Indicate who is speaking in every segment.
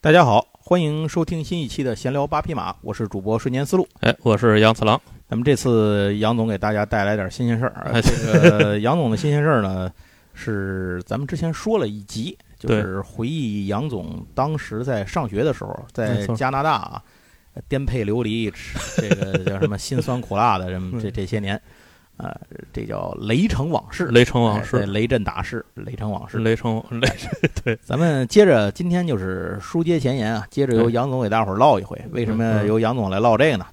Speaker 1: 大家好，欢迎收听新一期的闲聊八匹马，我是主播瞬间思路。
Speaker 2: 哎，我是杨次郎。
Speaker 1: 咱们这次杨总给大家带来点新鲜事儿。啊
Speaker 2: 哎
Speaker 1: 这 个杨总的新鲜事儿呢，是咱们之前说了一集，就
Speaker 2: 对
Speaker 1: 是回忆杨总当时在上学的时候，在
Speaker 2: 没错
Speaker 1: 加拿大啊，颠沛流离，吃这个叫什么辛酸苦辣的这 么这
Speaker 2: 嗯
Speaker 1: 这些年，啊，这叫雷城往事。
Speaker 2: 雷城往
Speaker 1: 哎
Speaker 2: 事
Speaker 1: 对，哎雷震打事，雷城往事
Speaker 2: 是。雷城雷，对，
Speaker 1: 咱们接着，今天就是书接前言啊，接着由
Speaker 2: 对
Speaker 1: 杨总给大伙儿唠一回。为什么
Speaker 2: 哎嗯嗯
Speaker 1: 由杨总来唠这个呢？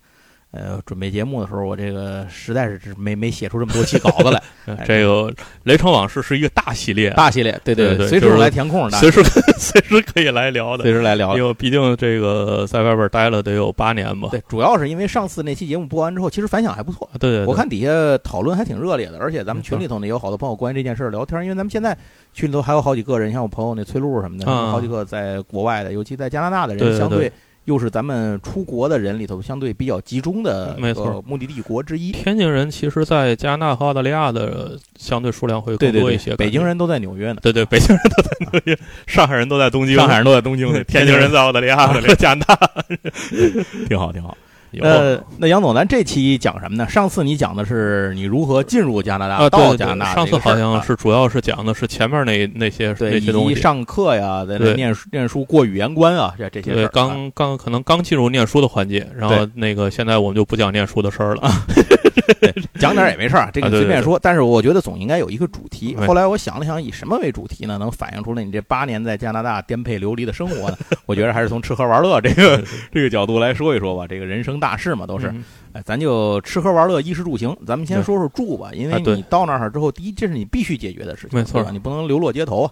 Speaker 1: 呃，准备节目的时候，我这个实在是只没没写出这么多期稿子 来，
Speaker 2: 呃这个雷城往事是一个大系列，
Speaker 1: 大系列，对
Speaker 2: 对
Speaker 1: 对，
Speaker 2: 对
Speaker 1: 随时
Speaker 2: 就是
Speaker 1: 来填空，大家
Speaker 2: 随时哎随时可以 来聊的
Speaker 1: 随。时来聊
Speaker 2: 因。为毕竟这个在外边待了得有八年吧。啊
Speaker 1: 对，主要是因为上次那期节目播完之后，其实反响还不错，
Speaker 2: 对对，对嗯
Speaker 1: 我看底下讨论还挺热烈的，而且咱们
Speaker 2: 没错
Speaker 1: 群里头呢也有好多朋友关于这件事儿聊天儿，因为咱们现在群里头还有好几个人，像我朋友那崔璐什么的，
Speaker 2: 啊
Speaker 1: 好几个在国外的，尤其在加拿大的人，
Speaker 2: 对对
Speaker 1: 相对
Speaker 2: 对
Speaker 1: 又是咱们出国的人里头相对比较集中的
Speaker 2: 嗯没错
Speaker 1: 呃目的地国之一。
Speaker 2: 天津人其实，在加拿大和澳大利亚的相对数量会
Speaker 1: 对对
Speaker 2: 更多一
Speaker 1: 对，
Speaker 2: 些。
Speaker 1: 北京
Speaker 2: 感觉，
Speaker 1: 人都在纽约呢，
Speaker 2: 对对，北京人都在纽约，上海人都在东京，
Speaker 1: 上海人都在东京呢， 啊
Speaker 2: 天津人在澳大利 亚，澳大利亚啊加拿大。
Speaker 1: 挺好挺好。
Speaker 2: 以后
Speaker 1: 呃，那杨总，咱这期讲什么呢？上次你讲的是你如何进入加拿大，
Speaker 2: 啊，对
Speaker 1: 到
Speaker 2: 对
Speaker 1: 加拿
Speaker 2: 对，
Speaker 1: 大
Speaker 2: 上
Speaker 1: 这个
Speaker 2: 次
Speaker 1: 事儿啊，
Speaker 2: 好像是主要是讲的是前面那那些
Speaker 1: 对
Speaker 2: 那些
Speaker 1: 以
Speaker 2: 东
Speaker 1: 及
Speaker 2: 西。
Speaker 1: 上课呀，在那
Speaker 2: 对
Speaker 1: 念书念书过语言关啊，这这些事儿
Speaker 2: 对，
Speaker 1: 啊。
Speaker 2: 刚刚可能刚进入念书的环节，然后那个现在我们就不讲念书的事儿了。
Speaker 1: 嗯 讲点儿也没事儿，这个
Speaker 2: 啊
Speaker 1: 你
Speaker 2: 对
Speaker 1: 随便
Speaker 2: 对对
Speaker 1: 说。但是我觉得总应该有一个主题。
Speaker 2: 对
Speaker 1: 后来我想了想，以什么为主题呢？能反映出来你这八年在加拿大颠沛流离的生活呢？ 我觉得还是从吃喝玩乐这个 这个角度来说一说吧。这个人生大事嘛，都是。
Speaker 2: 嗯
Speaker 1: 哎，咱就吃喝玩乐、衣食住行，咱们先
Speaker 2: 对
Speaker 1: 说说住吧，因为
Speaker 2: 啊对
Speaker 1: 你到那儿之后，第一这是你必须解决的事情，
Speaker 2: 没错
Speaker 1: 对吧你不能流落街 头啊。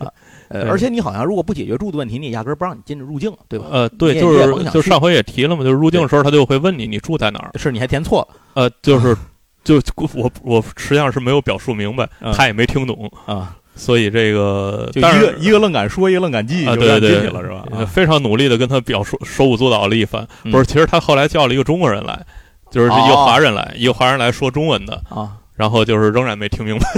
Speaker 1: 啊呃，
Speaker 2: 对
Speaker 1: 而且你好像如果不解决住的问题，你也压根儿不让你进入境，对吧？
Speaker 2: 呃，对，
Speaker 1: 也
Speaker 2: 就
Speaker 1: 也甭
Speaker 2: 是
Speaker 1: 想
Speaker 2: 就
Speaker 1: 去
Speaker 2: 上回也提了嘛，就是入境的时候他就会问你你住在哪儿，
Speaker 1: 是你还填错了
Speaker 2: 呃，就是
Speaker 1: 啊
Speaker 2: 就我我实际上是没有表述明白
Speaker 1: 嗯，
Speaker 2: 他也没听懂，
Speaker 1: 啊，
Speaker 2: 所以这个
Speaker 1: 就
Speaker 2: 但
Speaker 1: 一
Speaker 2: 是
Speaker 1: 个一个愣敢说，一个愣敢记，
Speaker 2: 啊，
Speaker 1: 就让
Speaker 2: 对
Speaker 1: 你进
Speaker 2: 对
Speaker 1: 去了是吧？啊
Speaker 2: 呃非常努力的跟他表述手舞足蹈了一番，
Speaker 1: 嗯
Speaker 2: 不是，其实他后来叫了一个中国人来。就是一个
Speaker 1: 哦
Speaker 2: 华人来，一个华人来说中文的，
Speaker 1: 啊，
Speaker 2: 然后就是仍然没听明白。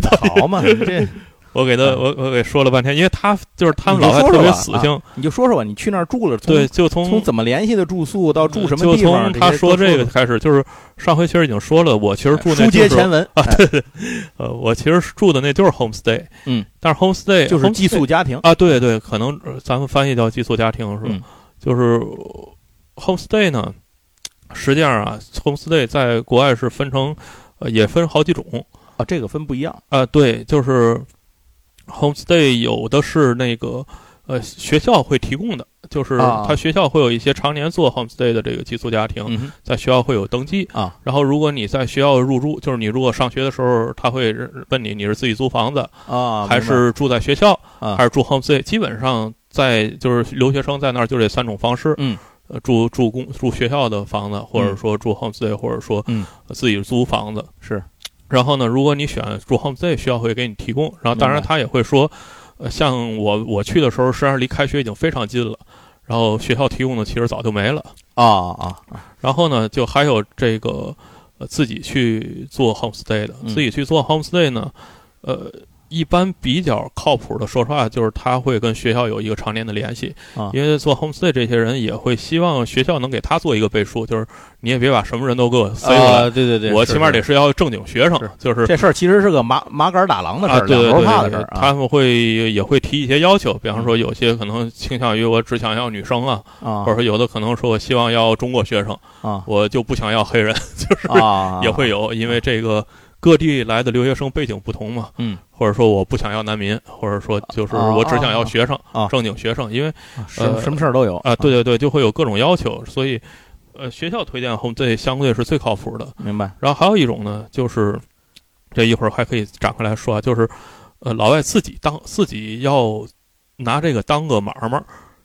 Speaker 1: 好嘛，你这
Speaker 2: 我给他，
Speaker 1: 嗯
Speaker 2: 我我给说了半天，因为他就是他们
Speaker 1: 你就
Speaker 2: 老外
Speaker 1: 说说
Speaker 2: 特别
Speaker 1: 吧
Speaker 2: 死
Speaker 1: 啊
Speaker 2: 性，
Speaker 1: 你就说说吧，你去那儿住了，从
Speaker 2: 对，就从
Speaker 1: 从怎么联系的住宿到住什么
Speaker 2: 就
Speaker 1: 地方，
Speaker 2: 从他
Speaker 1: 说
Speaker 2: 说这个开始，就是上回其实已经说了，我其实住那
Speaker 1: 书接
Speaker 2: 就是
Speaker 1: 前文啊，对，
Speaker 2: 呃，我其实住的那就是 homestay，
Speaker 1: 嗯，
Speaker 2: 但是 homestay
Speaker 1: 就是
Speaker 2: homestay-
Speaker 1: 寄宿家庭，
Speaker 2: 啊，对对，可能呃咱们翻译叫寄宿家庭是吧？
Speaker 1: 嗯
Speaker 2: 就是 homestay 呢，实际上啊，homestay 在国外是分成，呃，也分好几种
Speaker 1: 啊，这个分不一样
Speaker 2: 啊、对，就是 homestay 有的是那个呃学校会提供的，就是
Speaker 1: 啊
Speaker 2: 他学校会有一些常年做 homestay 的这个寄宿家庭，
Speaker 1: 嗯哼
Speaker 2: 在学校会有登记
Speaker 1: 啊。
Speaker 2: 然后如果你在学校入住，就是你如果上学的时候，他会问你你是自己租房子，
Speaker 1: 啊，
Speaker 2: 还
Speaker 1: 明白
Speaker 2: 是住在学校，
Speaker 1: 啊
Speaker 2: 还是住 homestay。基本上在就是留学生在那儿就这三种方式。
Speaker 1: 嗯。
Speaker 2: 呃，住住公住学校的房子，或者说住 homestay，、或者说呃
Speaker 1: 嗯
Speaker 2: 自己租房子。
Speaker 1: 是
Speaker 2: 然后呢，如果你选住 homestay，学校会给你提供。然后当
Speaker 1: 明白
Speaker 2: 然他也会说，呃，像我我去的时候，实际上离开学已经非常近了，然后学校提供的其实早就没了。
Speaker 1: 啊啊
Speaker 2: 然后呢，就还有这个呃自己去做 homestay 的，
Speaker 1: 嗯
Speaker 2: 自己去做 homestay 呢，呃，一般比较靠谱的，说实话，就是他会跟学校有一个常年的联系，
Speaker 1: 啊
Speaker 2: 因为做 homestay 这些人也会希望学校能给他做一个背书，就是你也别把什么人都给我塞过来，
Speaker 1: 啊，对对对，
Speaker 2: 我
Speaker 1: 是
Speaker 2: 起码
Speaker 1: 是
Speaker 2: 得是要正经学生
Speaker 1: 是，
Speaker 2: 就是
Speaker 1: 这事儿其实是个麻麻杆打狼的事
Speaker 2: 啊，
Speaker 1: 儿，
Speaker 2: 对对
Speaker 1: 两
Speaker 2: 对
Speaker 1: 头怕的
Speaker 2: 对
Speaker 1: 事
Speaker 2: 对
Speaker 1: 儿，
Speaker 2: 他
Speaker 1: 啊嗯
Speaker 2: 们会也会提一些要求，比方说有些可能倾向于我只想要女生啊，
Speaker 1: 啊
Speaker 2: 或者说有的可能说我希望要中国学生，
Speaker 1: 啊
Speaker 2: 我就不想要黑人， 就是
Speaker 1: 啊
Speaker 2: 也会有，因为这个各地来的留学生背景不同嘛，
Speaker 1: 嗯，
Speaker 2: 或者说我不想要难民，或者说就是
Speaker 1: 啊
Speaker 2: 我只想要学生，
Speaker 1: 啊啊
Speaker 2: 正经学生，因为
Speaker 1: 啊什么什么事儿都有
Speaker 2: 啊、对对对，就会有各种要求，所以呃，学校推荐 homestay 相对是最靠谱的。
Speaker 1: 明白
Speaker 2: 然后还有一种呢，就是这一会儿还可以展开来说啊，就是呃，老外自己当自己要拿这个当个买卖，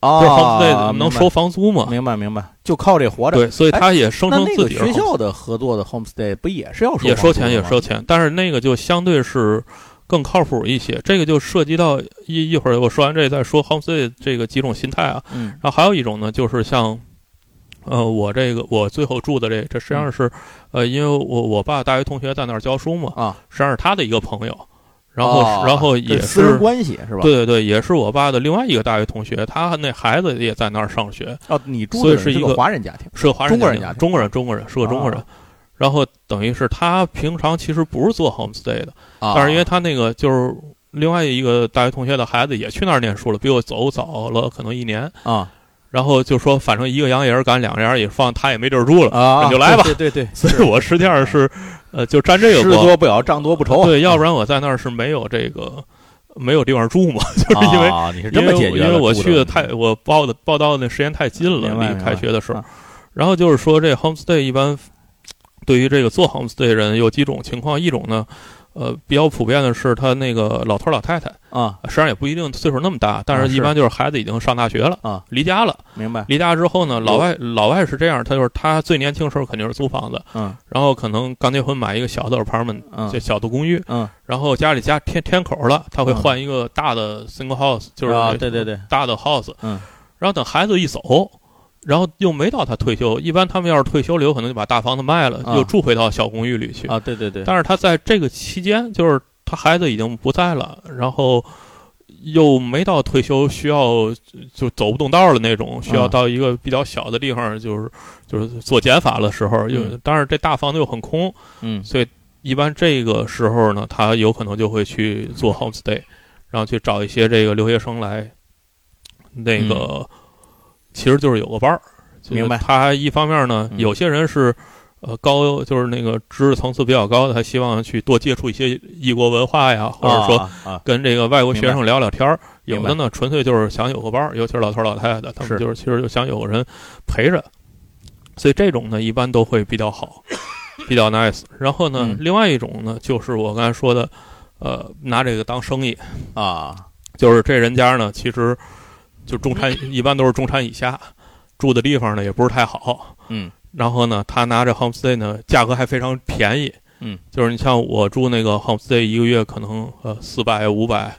Speaker 2: 就是
Speaker 1: 啊
Speaker 2: homestay，能收房租嘛？
Speaker 1: 明白明白，就靠这活着。
Speaker 2: 对，所以他也声
Speaker 1: 那
Speaker 2: 称
Speaker 1: 那
Speaker 2: 自
Speaker 1: 个
Speaker 2: 己
Speaker 1: 学
Speaker 2: 是
Speaker 1: 校的合作的 homestay 不也是要收
Speaker 2: 也
Speaker 1: 收
Speaker 2: 收钱也收钱，但是那个就相对是更靠谱一些。这个就涉及到一一会儿我说完这再说 homestay 这个几种心态啊。
Speaker 1: 嗯
Speaker 2: 然后还有一种呢，就是像呃我这个我最后住的这这实际
Speaker 1: 嗯
Speaker 2: 上是呃因为我我爸大学同学在那儿教书嘛，
Speaker 1: 啊
Speaker 2: 实际上是他的一个朋友。然后、
Speaker 1: 哦
Speaker 2: 然后
Speaker 1: 这
Speaker 2: 也
Speaker 1: 私人
Speaker 2: 是。
Speaker 1: 关系是吧？
Speaker 2: 对对对，也是我爸的另外一个大学同学，他那孩子也在那儿上学，
Speaker 1: 哦，你住
Speaker 2: 所以
Speaker 1: 的
Speaker 2: 是一
Speaker 1: 个
Speaker 2: 个
Speaker 1: 华人家庭，
Speaker 2: 是个华人
Speaker 1: 中国人家庭
Speaker 2: 中国人，中国人是个中国人
Speaker 1: 啊。
Speaker 2: 然后等于是他平常其实不是做 homestay 的，
Speaker 1: 啊
Speaker 2: 但是因为他那个就是另外一个大学同学的孩子也去那儿念书了，比我走早了可能一年。
Speaker 1: 啊
Speaker 2: 然后就说反正一个羊也是赶，两个羊也放，他也没地儿 住了，
Speaker 1: 啊，
Speaker 2: 那就来吧
Speaker 1: 对对对，
Speaker 2: 所以我实际上是，呃，就沾这个
Speaker 1: 事
Speaker 2: 光。
Speaker 1: 多不了，账多不愁啊，
Speaker 2: 对，要不然我在那儿是没有这个没有地方住 嘛，就是因为、
Speaker 1: 啊你是这
Speaker 2: 因
Speaker 1: 么
Speaker 2: 为
Speaker 1: 解决
Speaker 2: 因为我去的
Speaker 1: 的
Speaker 2: 太我报的报道的时间太近
Speaker 1: 明白
Speaker 2: 了，
Speaker 1: 明
Speaker 2: 离
Speaker 1: 白
Speaker 2: 开学的时候。
Speaker 1: 啊
Speaker 2: 然后就是说，这 homestay 一般对于这个做 homestay 人有几种情况，一种呢，呃，比较普遍的是他那个老头儿老太太，
Speaker 1: 啊，
Speaker 2: 实际上也不一定岁数那么大，但
Speaker 1: 啊
Speaker 2: 是一
Speaker 1: 是
Speaker 2: 般就是孩子已经上大学了
Speaker 1: 啊，
Speaker 2: 离家了。
Speaker 1: 明白，
Speaker 2: 离家之后呢，老外老外是这样，他就是他最年轻时候肯定是租房子，
Speaker 1: 嗯
Speaker 2: 然后可能刚结婚买一个小的 apartment，
Speaker 1: 嗯
Speaker 2: 这小的公寓，
Speaker 1: 嗯，
Speaker 2: 然后家里家添添口了，他会
Speaker 1: 嗯
Speaker 2: 换一个大的 single house，就是
Speaker 1: 啊
Speaker 2: 那
Speaker 1: 对对对
Speaker 2: 大的 house，
Speaker 1: 嗯，
Speaker 2: 然后等孩子一走。然后又没到他退休，一般他们要是退休了，有可能就把大房子卖了，
Speaker 1: 啊
Speaker 2: 又住回到小公寓里去。
Speaker 1: 啊，对对对，
Speaker 2: 但是他在这个期间，就是他孩子已经不在了，然后又没到退休需要就走不动道儿的那种，需要
Speaker 1: 嗯
Speaker 2: 到一个比较小的地方，就是就是做减法的时候，又
Speaker 1: 嗯
Speaker 2: 当然这大房子又很空，
Speaker 1: 嗯
Speaker 2: 所以一般这个时候呢，他有可能就会去做 homestay，然后去找一些这个留学生来，那个、其实就是有个伴儿。就
Speaker 1: 嗯
Speaker 2: 是
Speaker 1: 明白
Speaker 2: 他一方面呢，
Speaker 1: 嗯
Speaker 2: 有些人是。呃，高就是那个知识层次比较高的，他希望去多接触一些异国文化呀，或者说
Speaker 1: 啊啊
Speaker 2: 跟这个外国学生聊聊天儿。
Speaker 1: 明
Speaker 2: 有
Speaker 1: 白
Speaker 2: 的呢，纯粹就是想有个伴儿，尤其是老头儿老太太，他们
Speaker 1: 是
Speaker 2: 就是其实就想有个人陪着，所以这种呢一般都会比较好，比较 nice。然后呢，
Speaker 1: 嗯
Speaker 2: 另外一种呢就是我刚才说的，呃，拿这个当生意，
Speaker 1: 啊
Speaker 2: 就是这人家呢其实就中产，一般都是中产以下，住的地方呢也不是太好，
Speaker 1: 嗯
Speaker 2: 然后呢，他拿着 homestay 呢，价格还非常便宜。
Speaker 1: 嗯，
Speaker 2: 就是你像我住那个 homestay，一个月可能呃四百五百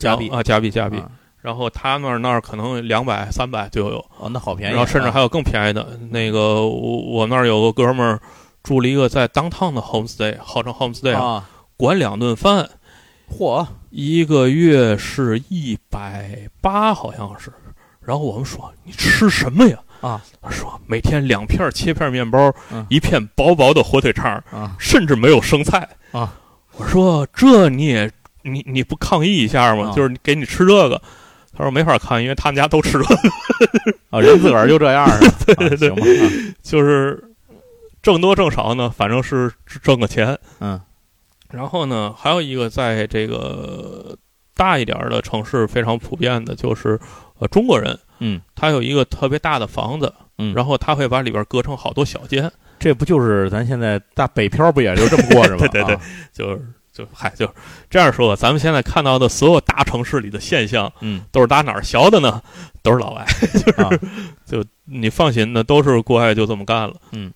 Speaker 1: 加币
Speaker 2: 啊，加币加币。
Speaker 1: 啊
Speaker 2: 然后他那儿那儿可能两百三百就有，
Speaker 1: 哦，那好便宜
Speaker 2: 然
Speaker 1: 啊，
Speaker 2: 后甚至还有更便宜的。那个我我那儿有个哥们儿住了一个在当趟的 homestay，号称 homestay，、
Speaker 1: 啊，
Speaker 2: 管两顿饭，
Speaker 1: 嚯，啊
Speaker 2: 一个月是一百八，好像是。然后我们说你吃什么呀？
Speaker 1: 啊，
Speaker 2: 他说每天两片切片面包，
Speaker 1: 嗯
Speaker 2: 一片薄薄的火腿肠，
Speaker 1: 啊
Speaker 2: 甚至没有生菜
Speaker 1: 啊。
Speaker 2: 我说这你也你你不抗议一下
Speaker 1: 啊
Speaker 2: 吗？就是给你吃这个。他说没法抗议，因为他们家都吃这个，
Speaker 1: 啊，人自个儿就这 样儿是吧，对
Speaker 2: 对
Speaker 1: 行吧，啊
Speaker 2: 就是挣多挣少呢，反正是挣个钱。
Speaker 1: 啊
Speaker 2: 然后呢，还有一个在这个大一点儿的城市非常普遍的，就是呃中国人，
Speaker 1: 嗯，
Speaker 2: 他有一个特别大的房子，
Speaker 1: 嗯
Speaker 2: 然后他会把里边隔成好多小间，
Speaker 1: 嗯，这不就是咱现在大北漂不也就这么过是吧？
Speaker 2: 对对对
Speaker 1: 啊，
Speaker 2: 就是就嗨，就是这样说吧。咱们现在看到的所有大城市里的现象，
Speaker 1: 嗯
Speaker 2: 都是打哪儿学的呢？都是老外，
Speaker 1: 啊
Speaker 2: 就你放心的，都是国外就这么干了。
Speaker 1: 嗯，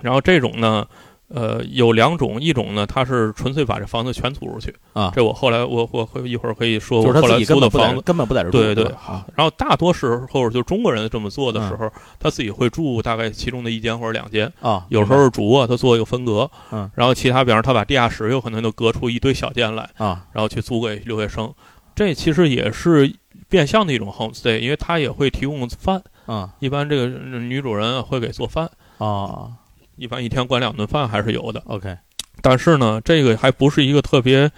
Speaker 2: 然后这种呢，呃，有两种，一种呢，他是纯粹把这房子全租出去
Speaker 1: 啊
Speaker 2: 这我后来我我会一会儿可以说
Speaker 1: 就是
Speaker 2: 我
Speaker 1: 他
Speaker 2: 后
Speaker 1: 自
Speaker 2: 来
Speaker 1: 己根
Speaker 2: 租
Speaker 1: 本
Speaker 2: 的
Speaker 1: 不在
Speaker 2: 房
Speaker 1: 这
Speaker 2: 子。
Speaker 1: 根本不在这住，
Speaker 2: 对对
Speaker 1: 吧啊
Speaker 2: 然后大多时候就中国人这么做的时候，
Speaker 1: 嗯
Speaker 2: 他自己会住大概其中的一间或者两间，
Speaker 1: 啊，
Speaker 2: 有时候主卧他做一个分隔，
Speaker 1: 嗯，
Speaker 2: 然后其他，比方说他把地下室有可能就隔出一堆小间来，
Speaker 1: 啊
Speaker 2: 然后去租给留学生，这其实也是变相的一种 homestay，因为他也会提供饭，
Speaker 1: 啊
Speaker 2: 一般这个呃女主人会给做饭，
Speaker 1: 啊
Speaker 2: 一般一天管两顿饭还是有的。
Speaker 1: ，OK，
Speaker 2: 但是呢，这个还不是一个特别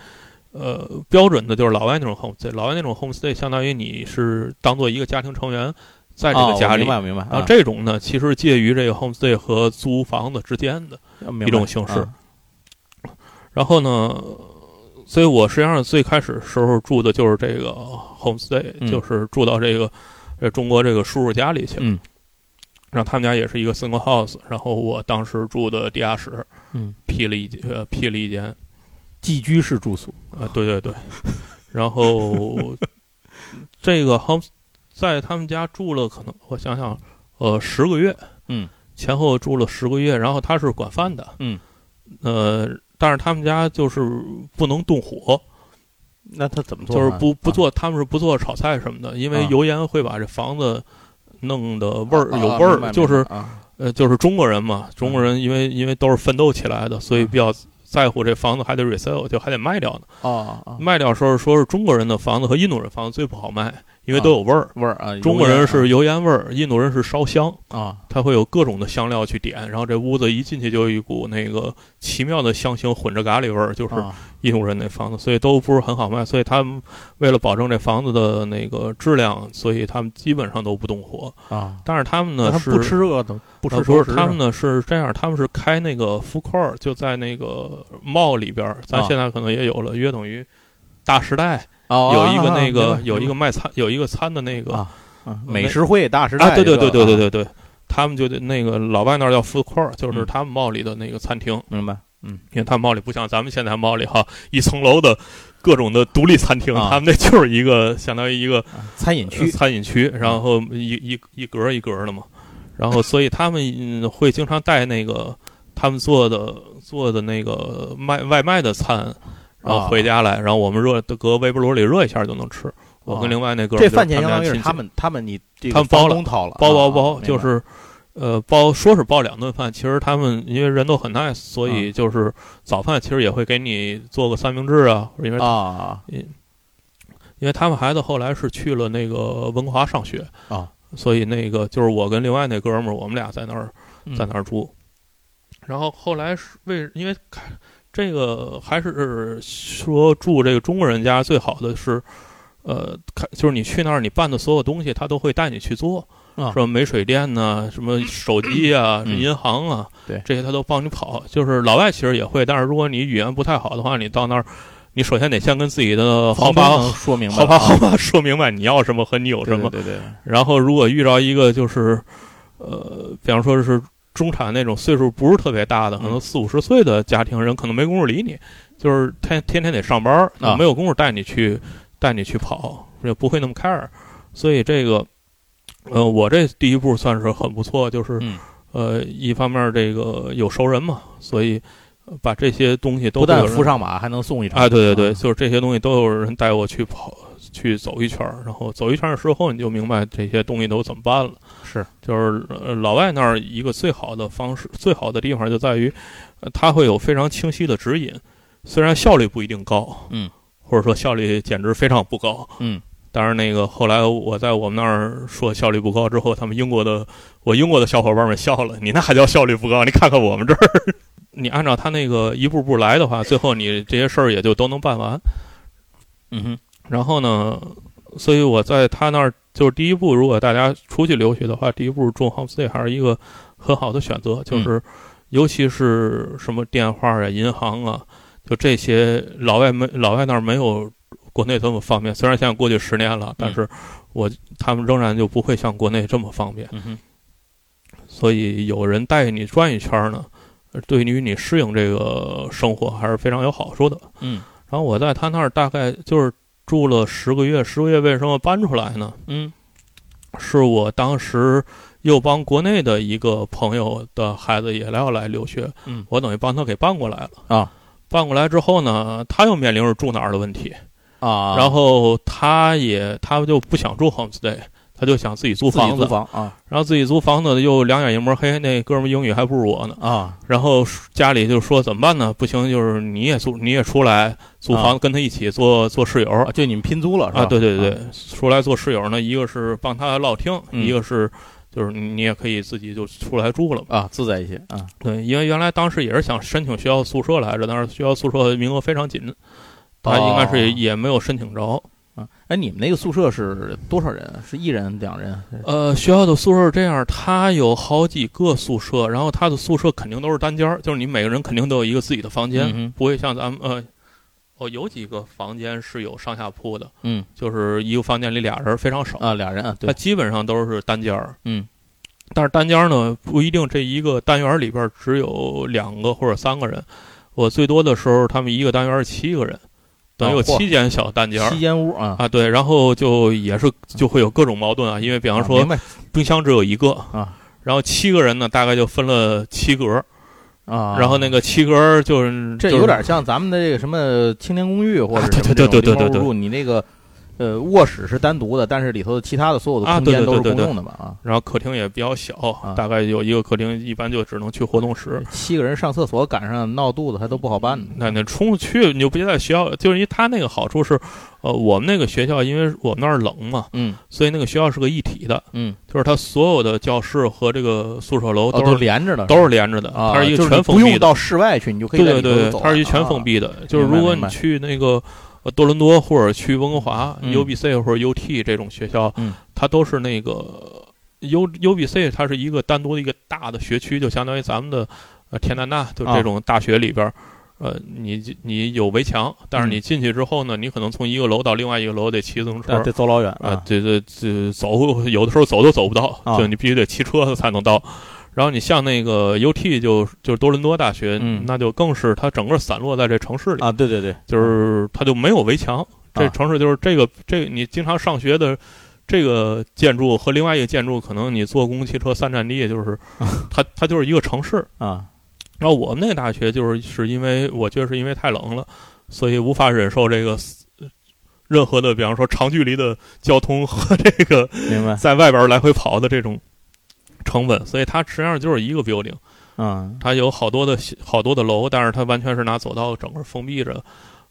Speaker 2: 呃标准的，就是老外那种 homestay，老外那种 homestay 相当于你是当做一个家庭成员在这
Speaker 1: 啊
Speaker 2: 个
Speaker 1: 我
Speaker 2: 家里。
Speaker 1: 明白明白，
Speaker 2: 然
Speaker 1: 啊
Speaker 2: 后这种呢，其实介于这个 homestay 和租房子之间的，
Speaker 1: 明
Speaker 2: 一种
Speaker 1: 白
Speaker 2: 形式
Speaker 1: 啊
Speaker 2: 然后呢，所以我实际上最开始时候住的就是这个 homestay，、
Speaker 1: 嗯
Speaker 2: 就是住到这个呃中国这个叔叔家里去。
Speaker 1: 嗯，
Speaker 2: 然后他们家也是一个 single house，然后我当时住的地下室，
Speaker 1: 嗯，
Speaker 2: 辟了一间呃辟了一间，啊、
Speaker 1: 寄居式住宿
Speaker 2: 对对对，然后这个 home 在他们家住了可能我想想，呃，十个月，
Speaker 1: 嗯，
Speaker 2: 前后住了十个月，然后他是管饭的，
Speaker 1: 嗯，
Speaker 2: 呃，但是他们家就是不能动火，
Speaker 1: 那他怎么做
Speaker 2: 就
Speaker 1: 呢？
Speaker 2: 是不不
Speaker 1: 啊
Speaker 2: 做，他们是不做炒菜什么的，因为
Speaker 1: 啊
Speaker 2: 油烟会把这房子弄得味儿
Speaker 1: 啊
Speaker 2: 有
Speaker 1: 啊
Speaker 2: 味
Speaker 1: 明白嗯
Speaker 2: 儿，就
Speaker 1: 明
Speaker 2: 是
Speaker 1: 白啊嗯
Speaker 2: 呃就是中国人嘛，中国人因为因为都是奋斗起来的，所以比较在乎这房子还得 resell，就还得卖掉呢。
Speaker 1: 哦，哦
Speaker 2: 卖掉的时候说是中国人的房子和印度人房子最不好卖，因为都有味儿。
Speaker 1: 味儿啊，
Speaker 2: 中国人是油烟味儿，印度人是烧香，
Speaker 1: 啊，
Speaker 2: 它会有各种的香料去点，然后这屋子一进去就有一股那个奇妙的香型混着咖喱味儿，就是
Speaker 1: 啊
Speaker 2: 印度人那房子，所以都不是很好卖。所以他们为了保证这房子的那个质量，所以他们基本上都不动火。
Speaker 1: 啊，
Speaker 2: 但是他们
Speaker 1: 那
Speaker 2: 呢
Speaker 1: 他
Speaker 2: 是
Speaker 1: 不吃这个的，不吃
Speaker 2: 呃
Speaker 1: 熟
Speaker 2: 不
Speaker 1: 食
Speaker 2: 是他们呢是这样，他们是开那个 food court，就在那个 mall 里边儿，咱
Speaker 1: 啊
Speaker 2: 现在可能也有了，约等于大时代
Speaker 1: 哦
Speaker 2: 有一个
Speaker 1: 啊
Speaker 2: 那
Speaker 1: 明
Speaker 2: 个
Speaker 1: 白
Speaker 2: 有一个卖餐有一个餐的那个
Speaker 1: 啊啊美食会大时代
Speaker 2: 啊，对对
Speaker 1: 这个
Speaker 2: 对对对
Speaker 1: 啊
Speaker 2: 对对，他们就得那个老外那儿叫 food court，就是
Speaker 1: 嗯
Speaker 2: 他们 mall 里的那个餐厅，
Speaker 1: 明白
Speaker 2: 因为他们 mall 里不像咱们现在 mall 里哈，一层楼的各种的独立餐厅，
Speaker 1: 啊
Speaker 2: 他们那就是一个相当于一个
Speaker 1: 餐饮
Speaker 2: 呃
Speaker 1: 区嗯
Speaker 2: 餐饮区，然后一一一格一格的嘛，然后所以他们嗯会经常带那个他们做的做的那个卖外卖的餐，然
Speaker 1: 啊
Speaker 2: 后回家来，然后我们热搁微波炉里热一下就能吃。我跟另外那哥们
Speaker 1: 啊这
Speaker 2: 儿
Speaker 1: 饭
Speaker 2: 就是
Speaker 1: 钱相当
Speaker 2: 们
Speaker 1: 于
Speaker 2: 家
Speaker 1: 是
Speaker 2: 亲戚
Speaker 1: 他们他们你这个
Speaker 2: 他们包了
Speaker 1: 房东掏了，
Speaker 2: 包包
Speaker 1: 啊
Speaker 2: 包，就。
Speaker 1: 啊
Speaker 2: 是呃包说是包两顿饭，其实他们因为人都很 nice，所
Speaker 1: 嗯
Speaker 2: 以就是早饭其实也会给你做个三明治啊，因为
Speaker 1: 明白啊，
Speaker 2: 因为他们孩子后来是去了那个文华上学
Speaker 1: 啊，
Speaker 2: 所以那个就是我跟另外那哥们儿，我们俩在那儿
Speaker 1: 嗯
Speaker 2: 在那儿住，然后后来是为因为开这个还是说住这个中国人家最好的是。呃，开就是你去那儿，你办的所有东西，他都会带你去做，
Speaker 1: 啊
Speaker 2: 什么没水电呐、什么手机啊、
Speaker 1: 嗯
Speaker 2: 银行啊，
Speaker 1: 对
Speaker 2: 这些他都帮你跑。就是老外其实也会，但是如果你语言不太好的话，你到那儿，你首先得先跟自己的豪
Speaker 1: 嗯房东
Speaker 2: 华
Speaker 1: 能说明白啊
Speaker 2: 好
Speaker 1: 了，
Speaker 2: 吧，好吧， 说明白你要什么和你有
Speaker 1: 有
Speaker 2: 什么。
Speaker 1: 对对对，
Speaker 2: 然后如果遇着一个就是，呃，比方说是中产那种岁数不是特别大的，可
Speaker 1: 嗯
Speaker 2: 能四五十岁的家庭人，可能没工夫理你，就是天天天得上班，
Speaker 1: 啊
Speaker 2: 没有工夫带你去带你去跑，也不会那么 care。所以这个，呃，我这第一步算是很不错，就是、
Speaker 1: 嗯
Speaker 2: 呃，一方面这个有熟人嘛，所以呃把这些东西都
Speaker 1: 不但
Speaker 2: 有人
Speaker 1: 扶上马，还能送一程
Speaker 2: 啊，对对对，
Speaker 1: 啊
Speaker 2: 就是这些东西都有人带我去跑去走一圈儿，然后走一圈儿之后，你就明白这些东西都怎么办了。
Speaker 1: 是，
Speaker 2: 就是呃老外那儿一个最好的方式，最好的地方就在于，呃他会有非常清晰的指引，虽然效率不一定高，
Speaker 1: 嗯，
Speaker 2: 或者说效率简直非常不高，
Speaker 1: 嗯。
Speaker 2: 当然，那个后来我在我们那儿说效率不高之后，他们英国的我英国的小伙伴们笑了，你那还叫效率不高？你看看我们这儿，你按照他那个一步步来的话，最后你这些事儿也就都能办完。
Speaker 1: 嗯哼，
Speaker 2: 然后呢，所以我在他那儿就是第一步，如果大家出去留学的话，第一步住 homestay 还是一个很好的选择，就是尤其是什么电话啊、银行啊，就这些老外没老外那儿没有国内这么方便。虽然现在过去十年了，但是我他们仍然就不会像国内这么方便。
Speaker 1: 嗯哼，
Speaker 2: 所以有人带你转一圈儿呢，呃对于你适应这个生活还是非常有好处的。
Speaker 1: 嗯
Speaker 2: 然后我在他那儿大概就是住了十个月，十个月为什么搬出来呢？
Speaker 1: 嗯
Speaker 2: 是我当时又帮国内的一个朋友的孩子也要来留学，
Speaker 1: 嗯
Speaker 2: 我等于帮他给搬过来了
Speaker 1: 啊。
Speaker 2: 搬过来之后呢，他又面临着住哪儿的问题，
Speaker 1: 啊，
Speaker 2: 然后他也他就不想住 homestay，他就想自己租
Speaker 1: 自己
Speaker 2: 房
Speaker 1: 租
Speaker 2: 子，
Speaker 1: 房啊
Speaker 2: 然后自己租房子又两眼一抹黑，那哥们儿英语还不如我呢。
Speaker 1: 啊
Speaker 2: 然后家里就说怎么办呢？不行，就是你也租，你也出来租房，
Speaker 1: 啊
Speaker 2: 跟他一起做做室友
Speaker 1: 啊，就你们拼租了是吧？
Speaker 2: 啊。对对对，
Speaker 1: 啊，
Speaker 2: 出来做室友呢，一个是帮他唠听，
Speaker 1: 嗯
Speaker 2: 一个是就是你也可以自己就出来住了嘛。
Speaker 1: 啊，自在一些啊，
Speaker 2: 对，因为原来当时也是想申请学校宿舍来着，但是学校宿舍名额非常紧，他应该是
Speaker 1: 哦
Speaker 2: 也没有申请着。
Speaker 1: 啊，哎，你们那个宿舍是多少人？啊是一人、两人？
Speaker 2: 呃，学校的宿舍是这样，它有好几个宿舍，然后它的宿舍肯定都是单间儿，就是你每个人肯定都有一个自己的房间，
Speaker 1: 嗯哼
Speaker 2: 不会像咱们呃，哦，有几个房间是有上下铺的，
Speaker 1: 嗯
Speaker 2: 就是一个房间里俩人非常少，
Speaker 1: 啊，俩人啊，
Speaker 2: 它
Speaker 1: 对，
Speaker 2: 基本上都是单间儿。
Speaker 1: 嗯
Speaker 2: 但是单间儿呢，不一定这一个单元里边儿只有两个或者三个人，我最多的时候他们一个单元是七个人，等于
Speaker 1: 哦
Speaker 2: 有
Speaker 1: 嚯
Speaker 2: 七间小单间儿。
Speaker 1: 七间屋啊，
Speaker 2: 啊，对，然后就也是就会有各种矛盾啊，因为比方
Speaker 1: 啊
Speaker 2: 说
Speaker 1: 明白
Speaker 2: 冰箱只有一个
Speaker 1: 啊，
Speaker 2: 然后七个人呢，大概就分了七格儿，
Speaker 1: 啊，
Speaker 2: 然后那个七格儿就是
Speaker 1: 这
Speaker 2: 就是
Speaker 1: 有点像咱们的这个什么青年公寓或者
Speaker 2: 啊对
Speaker 1: 什么这种
Speaker 2: 对对对对
Speaker 1: 地方
Speaker 2: 对
Speaker 1: 入住，你那个呃，卧室是单独的，但是里头其他的所有的
Speaker 2: 啊
Speaker 1: 空
Speaker 2: 对
Speaker 1: 间
Speaker 2: 对
Speaker 1: 都是
Speaker 2: 对
Speaker 1: 公
Speaker 2: 对
Speaker 1: 用的嘛啊，
Speaker 2: 然后客厅也比较小，
Speaker 1: 啊
Speaker 2: 大概有一个客厅，一般就只能去活动室。
Speaker 1: 七个人上厕所赶上闹肚子还都不好办呢。
Speaker 2: 那那出去你就别在学校，就是因为他那个好处是，呃，我们那个学校因为我们那儿冷嘛，
Speaker 1: 嗯
Speaker 2: 所以那个学校是个一体的，
Speaker 1: 嗯，
Speaker 2: 就是它所有的教室和这个宿舍楼
Speaker 1: 哦，
Speaker 2: 都
Speaker 1: 都
Speaker 2: 是、
Speaker 1: 连着的，
Speaker 2: 都是连着的，
Speaker 1: 啊，
Speaker 2: 它是一
Speaker 1: 就
Speaker 2: 个
Speaker 1: 你
Speaker 2: 全封
Speaker 1: 不
Speaker 2: 闭
Speaker 1: 用
Speaker 2: 的。
Speaker 1: 到室外去，你就可以在
Speaker 2: 对对
Speaker 1: 里头
Speaker 2: 对，
Speaker 1: 走了啊
Speaker 2: 它是一全封闭的，就是
Speaker 1: 明白
Speaker 2: 如果
Speaker 1: 明
Speaker 2: 你
Speaker 1: 白
Speaker 2: 去那个呃多伦多或者去温哥华、
Speaker 1: 嗯
Speaker 2: UBC 或者 UT 这种学校，
Speaker 1: 嗯
Speaker 2: 它都是那个 U UBC 它是一个单独的一个大的学区，就相当于咱们的呃天南大，就
Speaker 1: 啊
Speaker 2: 这种大学里边儿。呃，你你有围墙，但是
Speaker 1: 嗯
Speaker 2: 你进去之后呢，你可能从一个楼到另外一个楼得骑自行车
Speaker 1: 啊，得走老远
Speaker 2: 啊，这这这走有的时候走都走不到，
Speaker 1: 啊
Speaker 2: 就你必须得骑车才能到。然后你像那个 UT 就就是多伦多大学，
Speaker 1: 嗯
Speaker 2: 那就更是它整个散落在这城市里，
Speaker 1: 啊，对对对，
Speaker 2: 就是它就没有围墙，这
Speaker 1: 啊
Speaker 2: 城市就是这个这你经常上学的这个建筑和另外一个建筑，可能你坐公共汽车三站 地，就是、它它就是一个城市。
Speaker 1: 啊
Speaker 2: 然后我们那个大学就是是因为我觉得是因为太冷了，所以无法忍受这个呃任何的，比方说长距离的交通和这个
Speaker 1: 明 白，
Speaker 2: 在外边来回跑的这种成本，所以它实际上就是一个 building，
Speaker 1: 嗯
Speaker 2: 它有好多的小好多的楼，但是它完全是拿走道整个封闭着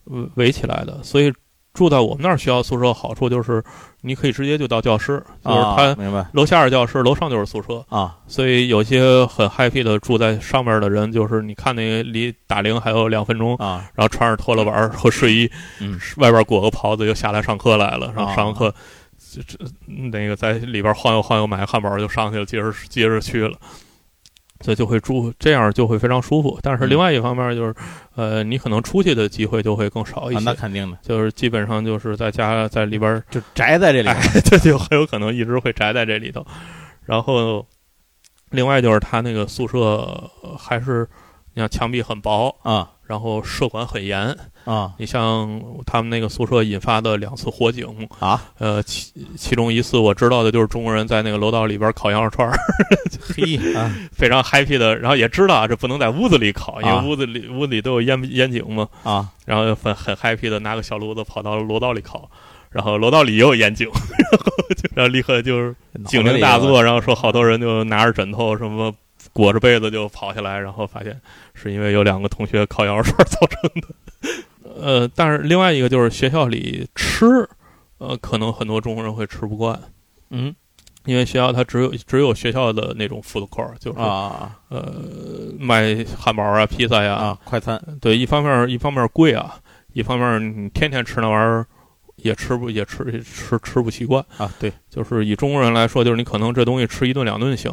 Speaker 2: 呃围起来的，所以住在我们那儿学校宿舍好处就是你可以直接就到教室， 就是
Speaker 1: 啊，
Speaker 2: 它
Speaker 1: 明白
Speaker 2: 楼下是教室，楼上就是宿舍，
Speaker 1: 啊，
Speaker 2: 所以有些很 happy 的住在上面的人，就是你看那个离打铃还有两分钟，
Speaker 1: 啊，
Speaker 2: 然后穿着拖拉板儿和睡衣，
Speaker 1: 嗯
Speaker 2: 外边裹个袍子就下来上课来了，
Speaker 1: 啊
Speaker 2: 然后上课。这这那个在里边晃悠晃悠，买个汉堡就上去了，接着接着去了，所以就会住这样就会非常舒服。但是
Speaker 1: 嗯
Speaker 2: 另外一方面就是，呃，你可能出去的机会就会更少一
Speaker 1: 啊
Speaker 2: 些，
Speaker 1: 那肯定 的，
Speaker 2: 就是基本上就是在家在里边儿
Speaker 1: 就宅在这 里，啊
Speaker 2: 哎，这就很有可能一直会宅在这里头。然后，另外就是他那个宿舍呃还是，你像墙壁很薄，
Speaker 1: 啊
Speaker 2: 然后舍管很严。
Speaker 1: 啊
Speaker 2: 你像他们那个宿舍引发的两次火警，
Speaker 1: 啊，
Speaker 2: 呃，其其中一次我知道的就是中国人在那个楼道里边烤羊肉串儿，
Speaker 1: 嘿啊
Speaker 2: 非常 happy 的。然后也知道啊，这不能在屋子里烤，因
Speaker 1: 啊
Speaker 2: 为屋子里、屋子里都有烟烟警嘛。
Speaker 1: 啊，
Speaker 2: 然后很很 happy 的拿个小炉子跑到楼道里烤，然后楼道里也有烟警， 然后就然后立刻就是警铃大作，然后说好多人就拿着枕头什么裹着被子就跑下来，然后发现是因为有两个同学烤羊肉串造成的。 呃，但是另外一个就是学校里吃，呃，可能很多中国人会吃不惯，
Speaker 1: 嗯
Speaker 2: 因为学校它只有只有学校的那种 food court，就是、
Speaker 1: 啊
Speaker 2: 呃卖汉堡啊、披萨呀、
Speaker 1: 啊，快餐
Speaker 2: 对，一方面一方面贵啊，一方面你天天吃那玩意儿也吃不也吃也吃吃不习惯。
Speaker 1: 啊，对，
Speaker 2: 就是以中国人来说，就是你可能这东西吃一顿两顿行，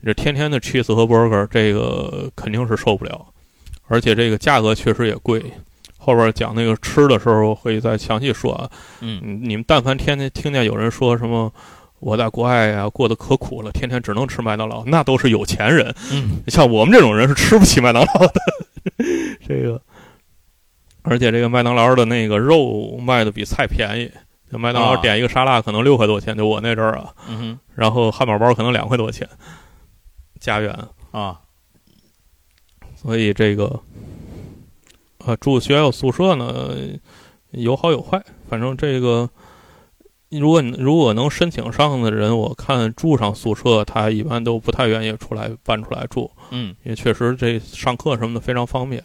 Speaker 2: 你这天天的 cheese 和 burger 这个肯定是受不了，而且这个价格确实也贵。后边讲那个吃的时候会再详细说啊。
Speaker 1: 嗯
Speaker 2: 你你们但凡天天听见有人说什么我在国外呀、过得可苦了，天天只能吃麦当劳，那都是有钱人。
Speaker 1: 嗯
Speaker 2: 像我们这种人是吃不起麦当劳的。 这个，而且这个麦当劳的那个肉卖的比菜便宜，就麦当劳
Speaker 1: 啊
Speaker 2: 点一个沙拉可能六块多钱，就我那阵儿啊，
Speaker 1: 嗯
Speaker 2: 然后汉堡包可能两块多钱，加元。
Speaker 1: 哼啊
Speaker 2: 所以这个，呃，住学校宿舍呢，有好有坏。反正这个，如果你如果能申请上的人，我看住上宿舍，他一般都不太愿意出来搬出来住。
Speaker 1: 嗯
Speaker 2: 也确实这上课什么的非常方便。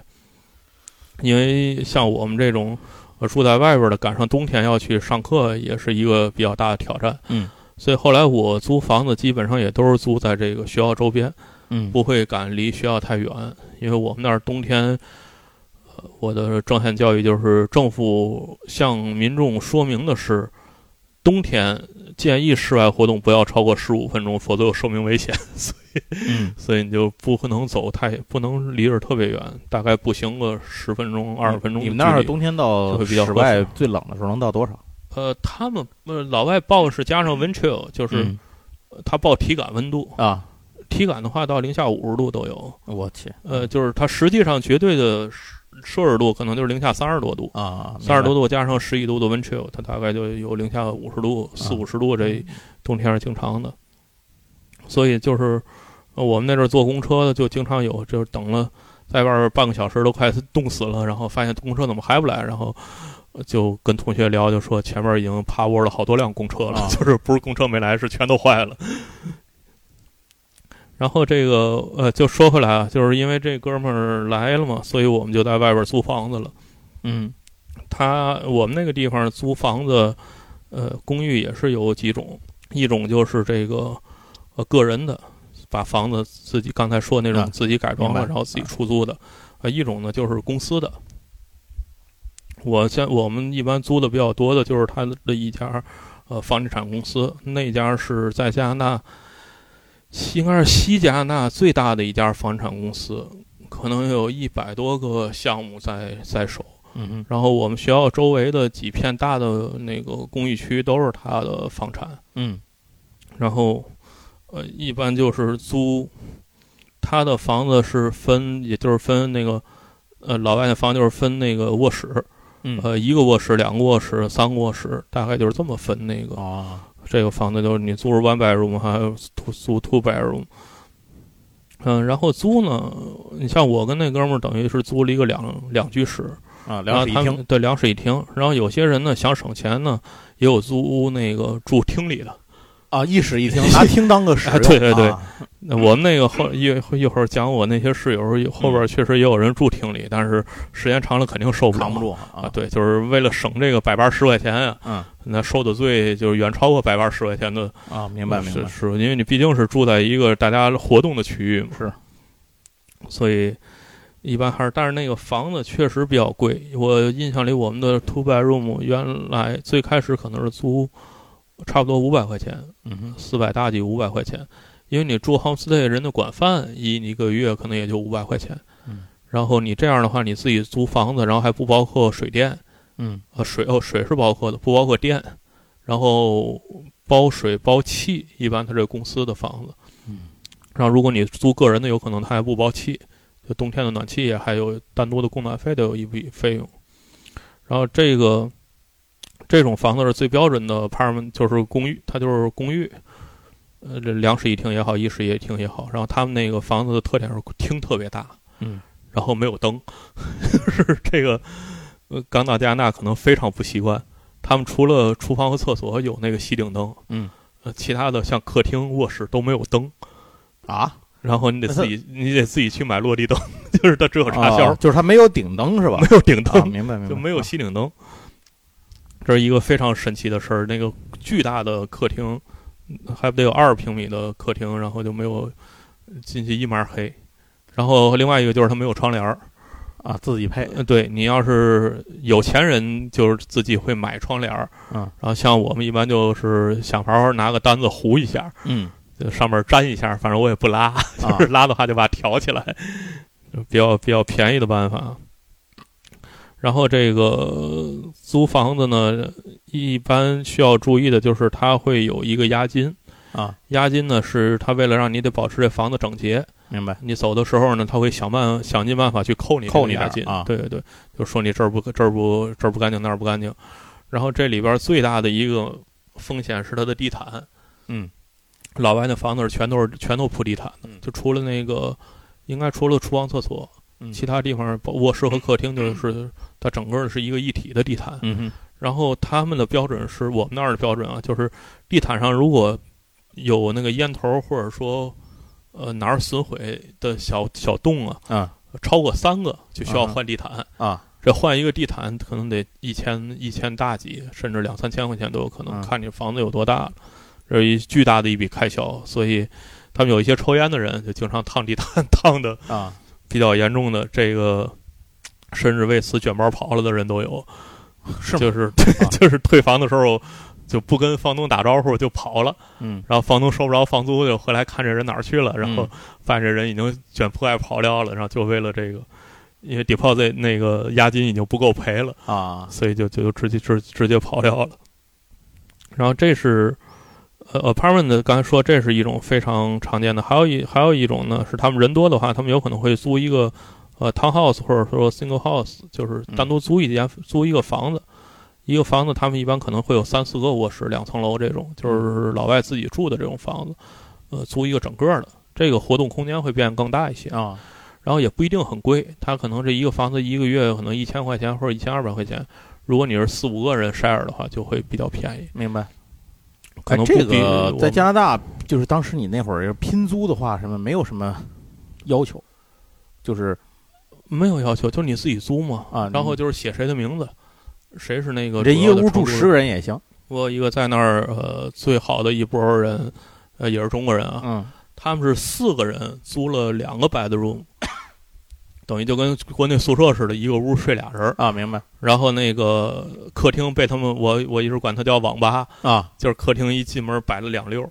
Speaker 2: 因为像我们这种呃住在外边的，赶上冬天要去上课，也是一个比较大的挑战。
Speaker 1: 嗯，
Speaker 2: 所以后来我租房子基本上也都是租在这个学校周边，
Speaker 1: 嗯
Speaker 2: 不会敢离学校太远，因为我们那儿冬天。呃我的正向教育就是政府向民众说明的是，冬天建议室外活动不要超过十五分钟，否则有生命危险。
Speaker 1: 嗯
Speaker 2: 所以你就不可能走太，不能离着特别远，大概步行个十分钟、二十分钟
Speaker 1: 嗯
Speaker 2: 的距离。
Speaker 1: 你们那儿冬天到
Speaker 2: 就会比较
Speaker 1: 室
Speaker 2: 合
Speaker 1: 外
Speaker 2: 适
Speaker 1: 最冷的时候能到多少？
Speaker 2: 呃，他们呃老外报是加上 wind chill，就是
Speaker 1: 嗯
Speaker 2: 他报体感温度，
Speaker 1: 啊，
Speaker 2: 体感的话到零下五十度都有。
Speaker 1: 我去
Speaker 2: 呃，就是它实际上绝对的摄摄氏度可能就是零下三十多度，
Speaker 1: 啊，
Speaker 2: 三十多度加上十一度的 wind chill，它大概就有零下五十度、四五十度，这冬天是经常的。所以就是呃我们那阵儿坐公车的，就经常有，就是等了在外边半个小时都快冻死了，然后发现公车怎么还不来，然后就跟同学聊，就说前面已经趴窝了好多辆公车了，
Speaker 1: 啊
Speaker 2: 就是不是公车没来，是全都坏了。然后这个呃，就说回来啊，就是因为这哥们儿来了嘛，所以我们就在外边租房子了。
Speaker 1: 嗯
Speaker 2: 他我们那个地方租房子，呃，公寓也是有几种，一种就是这个呃个人的，把房子自己刚才说那
Speaker 1: 啊
Speaker 2: 种自己改装
Speaker 1: 明白
Speaker 2: 了，然后自己
Speaker 1: 啊
Speaker 2: 出租的，呃，一种呢就是公司的。我现我们一般租的比较多的就是他的一家呃房地产公司，那家是在加拿大，应该是西加拿大最大的一家房产公司，可能有一百多个项目在在手。
Speaker 1: 嗯嗯
Speaker 2: 然后我们学校周围的几片大的那个公寓区都是他的房产，
Speaker 1: 嗯
Speaker 2: 然后呃，一般就是租他的房子是分，也就是分那个呃老外的房就是分那个卧室，
Speaker 1: 嗯
Speaker 2: 呃一个卧室、两个卧室、三个卧室，大概就是这么分那个
Speaker 1: 哦，
Speaker 2: 这个房子就是你租是 one bedroom 还有租租 two bedroom。嗯，然后租呢，你像我跟那哥们儿，等于是租了一个两两居室，
Speaker 1: 啊，
Speaker 2: 然
Speaker 1: 两
Speaker 2: 后
Speaker 1: 室一
Speaker 2: 他们
Speaker 1: 厅，
Speaker 2: 对两室一厅。然后有些人呢想省钱呢，也有租那个住厅里的。
Speaker 1: 啊，一室 一厅，拿厅当个使
Speaker 2: 哎
Speaker 1: 用，
Speaker 2: 对对对
Speaker 1: 啊
Speaker 2: 那我们那个后一一会儿讲我那些室友有后边
Speaker 1: 嗯
Speaker 2: 确实也有人住厅里，但是时间长了肯定受不了，
Speaker 1: 扛不住
Speaker 2: 啊
Speaker 1: 啊。。
Speaker 2: 对，就是为了省这个百八十块钱啊，
Speaker 1: 嗯
Speaker 2: 那受的罪就是远超过百八十块钱的。
Speaker 1: 啊，明白明
Speaker 2: 嗯是
Speaker 1: 白，
Speaker 2: 是，因为你毕竟是住在一个大家活动的区域嘛，
Speaker 1: 是，
Speaker 2: 所以一般还是，但是那个房子确实比较贵。我印象里，我们的 two bedroom 原来最开始可能是租差不多五百块钱，
Speaker 1: 嗯哼，
Speaker 2: 四百大几五百块钱，因为你住 homestay 人家管饭，一一个月可能也就五百块钱。
Speaker 1: 嗯，
Speaker 2: 然后你这样的话，你自己租房子，然后还不包括水电，
Speaker 1: 嗯
Speaker 2: 呃，水哦，水是包括的，不包括电，然后包水包气，一般它这个公司的房子。
Speaker 1: 嗯
Speaker 2: 然后如果你租个人的，有可能它还不包气，就冬天的暖气也还有单独的供暖费都有一笔费用。然后这个这种房子是最标准的 apartment，就是公寓，它就是公寓。呃，这两室一厅也好，一室一厅也好，然后他们那个房子的特点是厅特别大，
Speaker 1: 嗯
Speaker 2: 然后没有灯， 是这个呃，刚到加拿大可能非常不习惯。他们除了厨房和厕所有那个吸顶灯，
Speaker 1: 嗯
Speaker 2: 呃，其他的像客厅、卧室都没有灯，
Speaker 1: 啊，
Speaker 2: 然后你得 自己你得自己去买落地灯， 就是它只有插销，
Speaker 1: 啊就是它没有顶灯是吧
Speaker 2: 没？有顶
Speaker 1: 啊，
Speaker 2: 灯，
Speaker 1: 明白明白，
Speaker 2: 就没有
Speaker 1: 啊
Speaker 2: 吸顶灯。这是一个非常神奇的事儿。那个巨大的客厅，还得有二十平米的客厅，然后就没有呃进去一抹黑。然后另外一个就是它没有窗帘儿，
Speaker 1: 啊，自己配，
Speaker 2: 呃，对你要是有钱人，就是自己会买窗帘儿，
Speaker 1: 嗯
Speaker 2: 然后像我们一般就是想法儿拿个单子糊一下，
Speaker 1: 嗯
Speaker 2: 就上面粘一下，反正我也不拉，
Speaker 1: 啊
Speaker 2: 就是拉的话就把它挑起来，就比较比较便宜的办法。啊然后这个呃租房子呢，一般需要注意的就是它会有一个押金，
Speaker 1: 啊，
Speaker 2: 押金呢是它为了让你得保持这房子整洁，
Speaker 1: 明白，
Speaker 2: 你走的时候呢，他会想办想尽办法去扣你这个
Speaker 1: 扣你点儿
Speaker 2: 押金
Speaker 1: 啊
Speaker 2: 对对对，就说你这儿不这儿不这儿不干净那儿不干净，然后这里边最大的一个风险是它的地毯，
Speaker 1: 嗯，
Speaker 2: 老外那房子是全都是全都铺地毯的
Speaker 1: 嗯，
Speaker 2: 就除了那个应该除了厨房厕所，
Speaker 1: 嗯
Speaker 2: 其他地方包卧室和客厅就是它整个是一个一体的地毯，
Speaker 1: 嗯哼，
Speaker 2: 然后他们的标准是我们那儿的标准啊，就是地毯上如果有那个烟头或者说呃哪儿损毁的小小洞啊，
Speaker 1: 啊
Speaker 2: 超过三个就需要
Speaker 1: 嗯
Speaker 2: 换地毯。
Speaker 1: 啊，
Speaker 2: 这换一个地毯可能得一千一千大几，甚至两三千块钱都有可能，
Speaker 1: 嗯
Speaker 2: 看你房子有多大了。这是一巨大的一笔开销，所以他们有一些抽烟的人就经常烫地毯，烫的
Speaker 1: 啊，
Speaker 2: 比较严重的，这个甚至为此卷包跑了的人都有。
Speaker 1: 是吗
Speaker 2: 就是、 就是退房的时候就不跟房东打招呼就跑了，
Speaker 1: 嗯
Speaker 2: 然后房东收不着房租就回来看这人哪儿去了，然后
Speaker 1: 嗯
Speaker 2: 发现这人已经卷铺盖跑掉了，然后就为了这个，因为 deposit 那个押金已经不够赔了，
Speaker 1: 啊，
Speaker 2: 所以就就就直接直直接跑掉了。然后这是呃 apartment 的刚才说这是一种非常常见的，还有一还有一种呢是他们人多的话，他们有可能会租一个呃 townhouse 或者说 single house，就是单独租一间、租一个房子。一个房子，他们一般可能会有三四个卧室、两层楼这种，就是老外自己住的这种房子，呃，租一个整个的，这个活动空间会变更大一些。
Speaker 1: 啊，
Speaker 2: 然后也不一定很贵，它可能这一个房子一个月可能一千块钱或者一千二百块钱，如果你是四五个人 share 的话，就会比较便宜。
Speaker 1: 明白。
Speaker 2: 可
Speaker 1: 哎
Speaker 2: 能不
Speaker 1: 这
Speaker 2: 比
Speaker 1: 个
Speaker 2: 我
Speaker 1: 在
Speaker 2: 们
Speaker 1: 加拿大，就是当时你那会儿拼租的话，什么没有什么要求，就是
Speaker 2: 没有要求，就是你自己租嘛。
Speaker 1: 啊，
Speaker 2: 然后就是写谁的名字，谁是那
Speaker 1: 你
Speaker 2: 个
Speaker 1: 这
Speaker 2: 主
Speaker 1: 一
Speaker 2: 要
Speaker 1: 个
Speaker 2: 的
Speaker 1: 屋
Speaker 2: 承
Speaker 1: 住
Speaker 2: 租
Speaker 1: 十个人也行，
Speaker 2: 我一个在那儿呃最好的一波人，呃也是中国人啊，
Speaker 1: 嗯，
Speaker 2: 他们是四个人租了两个 bedroom，等于就跟国内宿舍似的，一个屋睡俩人儿。
Speaker 1: 啊，明白
Speaker 2: 然后那个客厅被他们我我一直管它叫网吧，
Speaker 1: 啊，
Speaker 2: 就是客厅一进门摆了两溜儿，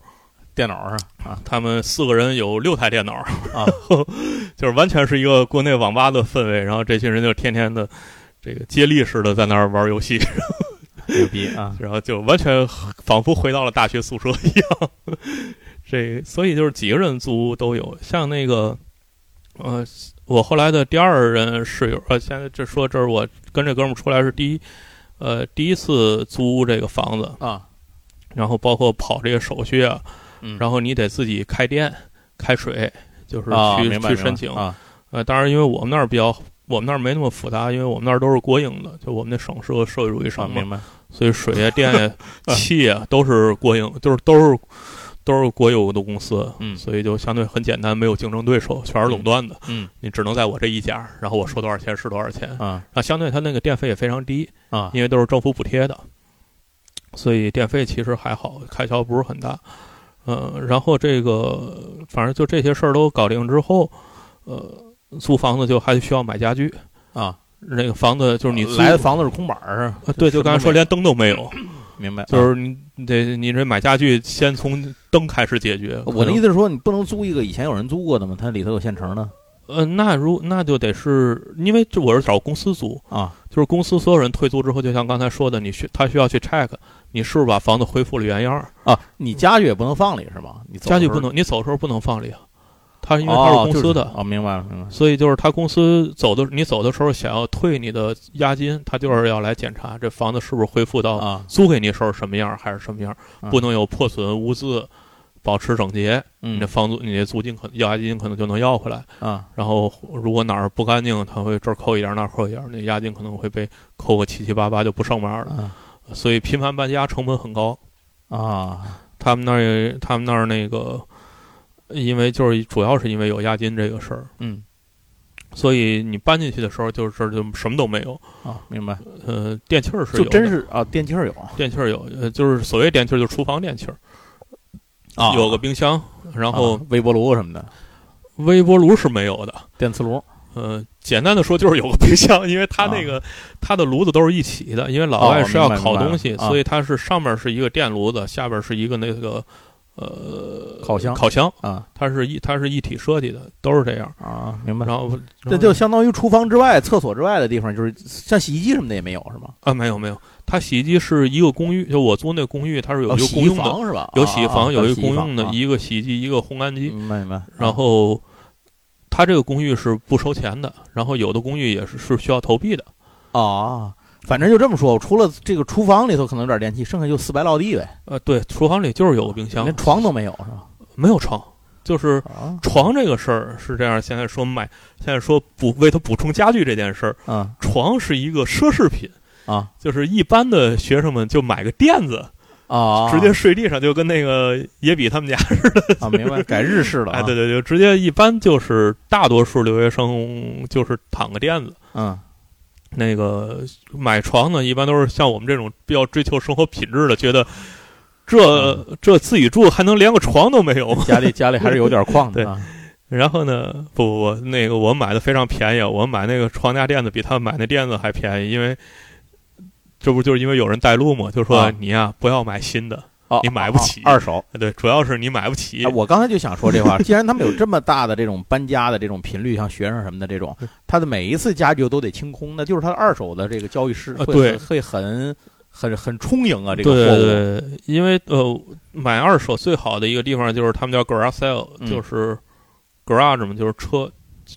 Speaker 1: 电脑上啊
Speaker 2: 他们四个人有六台电脑
Speaker 1: 啊，
Speaker 2: 就是完全是一个国内网吧的氛围。然后这群人就天天的这个接力似的在那儿玩游戏，
Speaker 1: 牛逼啊，
Speaker 2: 然后就完全仿佛回到了大学宿舍一样。 这所以就是几个人租屋都有，像那个，呃，我后来的第二任室友，呃，现在这说这是我跟这哥们儿出来是第一，呃，第一次租这个房子，
Speaker 1: 啊，
Speaker 2: 然后包括跑这个手续啊，
Speaker 1: 嗯，
Speaker 2: 然后你得自己开电、开水，就是去、
Speaker 1: 啊，明白
Speaker 2: 去
Speaker 1: 明白
Speaker 2: 申请。
Speaker 1: 啊，
Speaker 2: 呃，当然，因为我们那儿比较，我们那儿没那么复杂，因为我们那儿都是国营的，就我们那省是个社会主义省
Speaker 1: 啊
Speaker 2: 嘛，
Speaker 1: 明白
Speaker 2: 所以水呀、电呀、 气呀都是国营，就是都是都是国有的公司，
Speaker 1: 嗯
Speaker 2: 所以就相对很简单，没有竞争对手，全是垄断的，
Speaker 1: 嗯
Speaker 2: 你只能在我这一家，然后我说多少钱是多少钱。
Speaker 1: 啊
Speaker 2: 啊，相对它那个电费也非常低，
Speaker 1: 啊，
Speaker 2: 因为都是政府补贴的，所以电费其实还好，开销不是很大。呃，然后这个反正就这些事儿都搞定之后，呃，租房子就还需要买家具
Speaker 1: 啊。
Speaker 2: 那个房子就是你租
Speaker 1: 呃来的房子是空板儿
Speaker 2: 呃，对，就刚才说连灯都没 有，
Speaker 1: 明白，啊
Speaker 2: 就是你你得你这买家具先从灯开始解决。
Speaker 1: 我的意
Speaker 2: 思，
Speaker 1: 思是说，你不能租一个以前有人租过的吗？它里头有现成的
Speaker 2: 呃，那如那就得是因为这我是找公司租，
Speaker 1: 啊
Speaker 2: 就是公司所有人退租之后，就像刚才说的，你需他需要去 check 你是不是把房子恢复了原样儿，
Speaker 1: 啊！你家具也不能放里是吗？你走的
Speaker 2: 家具
Speaker 1: 时候
Speaker 2: 不能你走的时候不能放里，他因为他是公司的。
Speaker 1: 哦就是哦，明白了明白了
Speaker 2: 所以就是他公司走的，你走的时候想要退你的押金，他就是要来检查这房子是不是恢复到
Speaker 1: 啊
Speaker 2: 租给你时候什么样儿还是什么样儿，
Speaker 1: 嗯
Speaker 2: 不能有破损污渍，保持整洁。你的
Speaker 1: 嗯
Speaker 2: 房租、你的租金可押金可能就能要回来。
Speaker 1: 啊
Speaker 2: 然后如果哪儿不干净，他会这儿扣一点儿，那儿扣一点儿，那押金可能会被扣个七七八八，就不上班了。
Speaker 1: 啊
Speaker 2: 所以频繁搬家成本很高。
Speaker 1: 啊
Speaker 2: 他们那儿也他们那儿那个，因为就是主要是因为有押金这个事儿，
Speaker 1: 嗯
Speaker 2: 所以你搬进去的时候就是这儿就什么都没有。
Speaker 1: 啊，明白，
Speaker 2: 呃，电器儿是有
Speaker 1: 就
Speaker 2: 的，
Speaker 1: 真是啊，电器儿有
Speaker 2: 电器儿有，呃，就是所谓电器儿就是厨房电器儿，
Speaker 1: 啊，
Speaker 2: 有个冰箱，然后
Speaker 1: 啊微波炉什么的，
Speaker 2: 微波炉是没有的。
Speaker 1: 电磁炉
Speaker 2: 呃，简单的说就是有个冰箱， 因为它那
Speaker 1: 啊
Speaker 2: 个、它的炉子都是一起的，因为老外是要烤东
Speaker 1: 哦明白明
Speaker 2: 西，
Speaker 1: 白啊
Speaker 2: 所以它是上面是一个电炉子，下边是一个那个呃
Speaker 1: 烤箱
Speaker 2: 烤箱，
Speaker 1: 啊
Speaker 2: 它是一它是一体设计的，都是这样。
Speaker 1: 啊，明白
Speaker 2: 然。后
Speaker 1: 这就相当于厨房之外、厕所之外的地方，就是像洗衣机什么的也没有，是吗？
Speaker 2: 啊没有没有，它洗衣机是一个公寓，就我租那公寓，它是有
Speaker 1: 哦
Speaker 2: 一个
Speaker 1: 洗
Speaker 2: 公
Speaker 1: 衣
Speaker 2: 用的，
Speaker 1: 房是吧？
Speaker 2: 有洗衣房，
Speaker 1: 啊
Speaker 2: 有一个公用的，
Speaker 1: 啊
Speaker 2: 一个洗衣机，一个烘干机，
Speaker 1: 明嗯白明白。
Speaker 2: 然后。它这个公寓是不收钱的，然后有的公寓也是是需要投币的，
Speaker 1: 啊，反正就这么说，除了这个厨房里头可能有点电器，剩下就四白落地呗，
Speaker 2: 呃，对，厨房里就是有个冰箱，
Speaker 1: 连床都没有是吧？
Speaker 2: 没有床，就是
Speaker 1: 啊，
Speaker 2: 床这个事儿是这样。现在说买，现在说补为他补充家具这件事儿，
Speaker 1: 嗯
Speaker 2: 床是一个奢侈品
Speaker 1: 啊，
Speaker 2: 就是一般的学生们就买个垫子，
Speaker 1: 啊，
Speaker 2: 直接睡地上，就跟那个野比他们家，
Speaker 1: 啊，明白，改日式了啊，
Speaker 2: 哎，对对，就直接一般就是大多数留学生就是躺个垫子。
Speaker 1: 嗯
Speaker 2: 那个买床呢，一般都是像我们这种比较追求生活品质的，觉得这
Speaker 1: 嗯
Speaker 2: 这自己住还能连个床都没有吗？
Speaker 1: 家里家里还是有点矿的
Speaker 2: 对
Speaker 1: 啊，
Speaker 2: 然后呢，不不不，那个我买的非常便宜，啊我买那个床架垫子比他买那垫子还便宜，因为这不就是因为有人带路嘛，就说、
Speaker 1: 啊
Speaker 2: 你呀、不要买新的，
Speaker 1: 哦
Speaker 2: 你买不起
Speaker 1: 啊啊二手。
Speaker 2: 对，主要是你买不起。
Speaker 1: 哎我刚才就想说这话， 既然他们有这么大的这种搬家的这种频率，像学生什么的这 种，他的每一次家具都得清空，那就是他的二手的这个交易市
Speaker 2: 啊
Speaker 1: 会
Speaker 2: 对
Speaker 1: 很会很很很充盈啊，这
Speaker 2: 对
Speaker 1: 个货
Speaker 2: 对
Speaker 1: 物
Speaker 2: 对，因为呃，买二手最好的一个地方就是他们叫 garage sale，、
Speaker 1: 嗯
Speaker 2: 就是 garage 嘛，就是车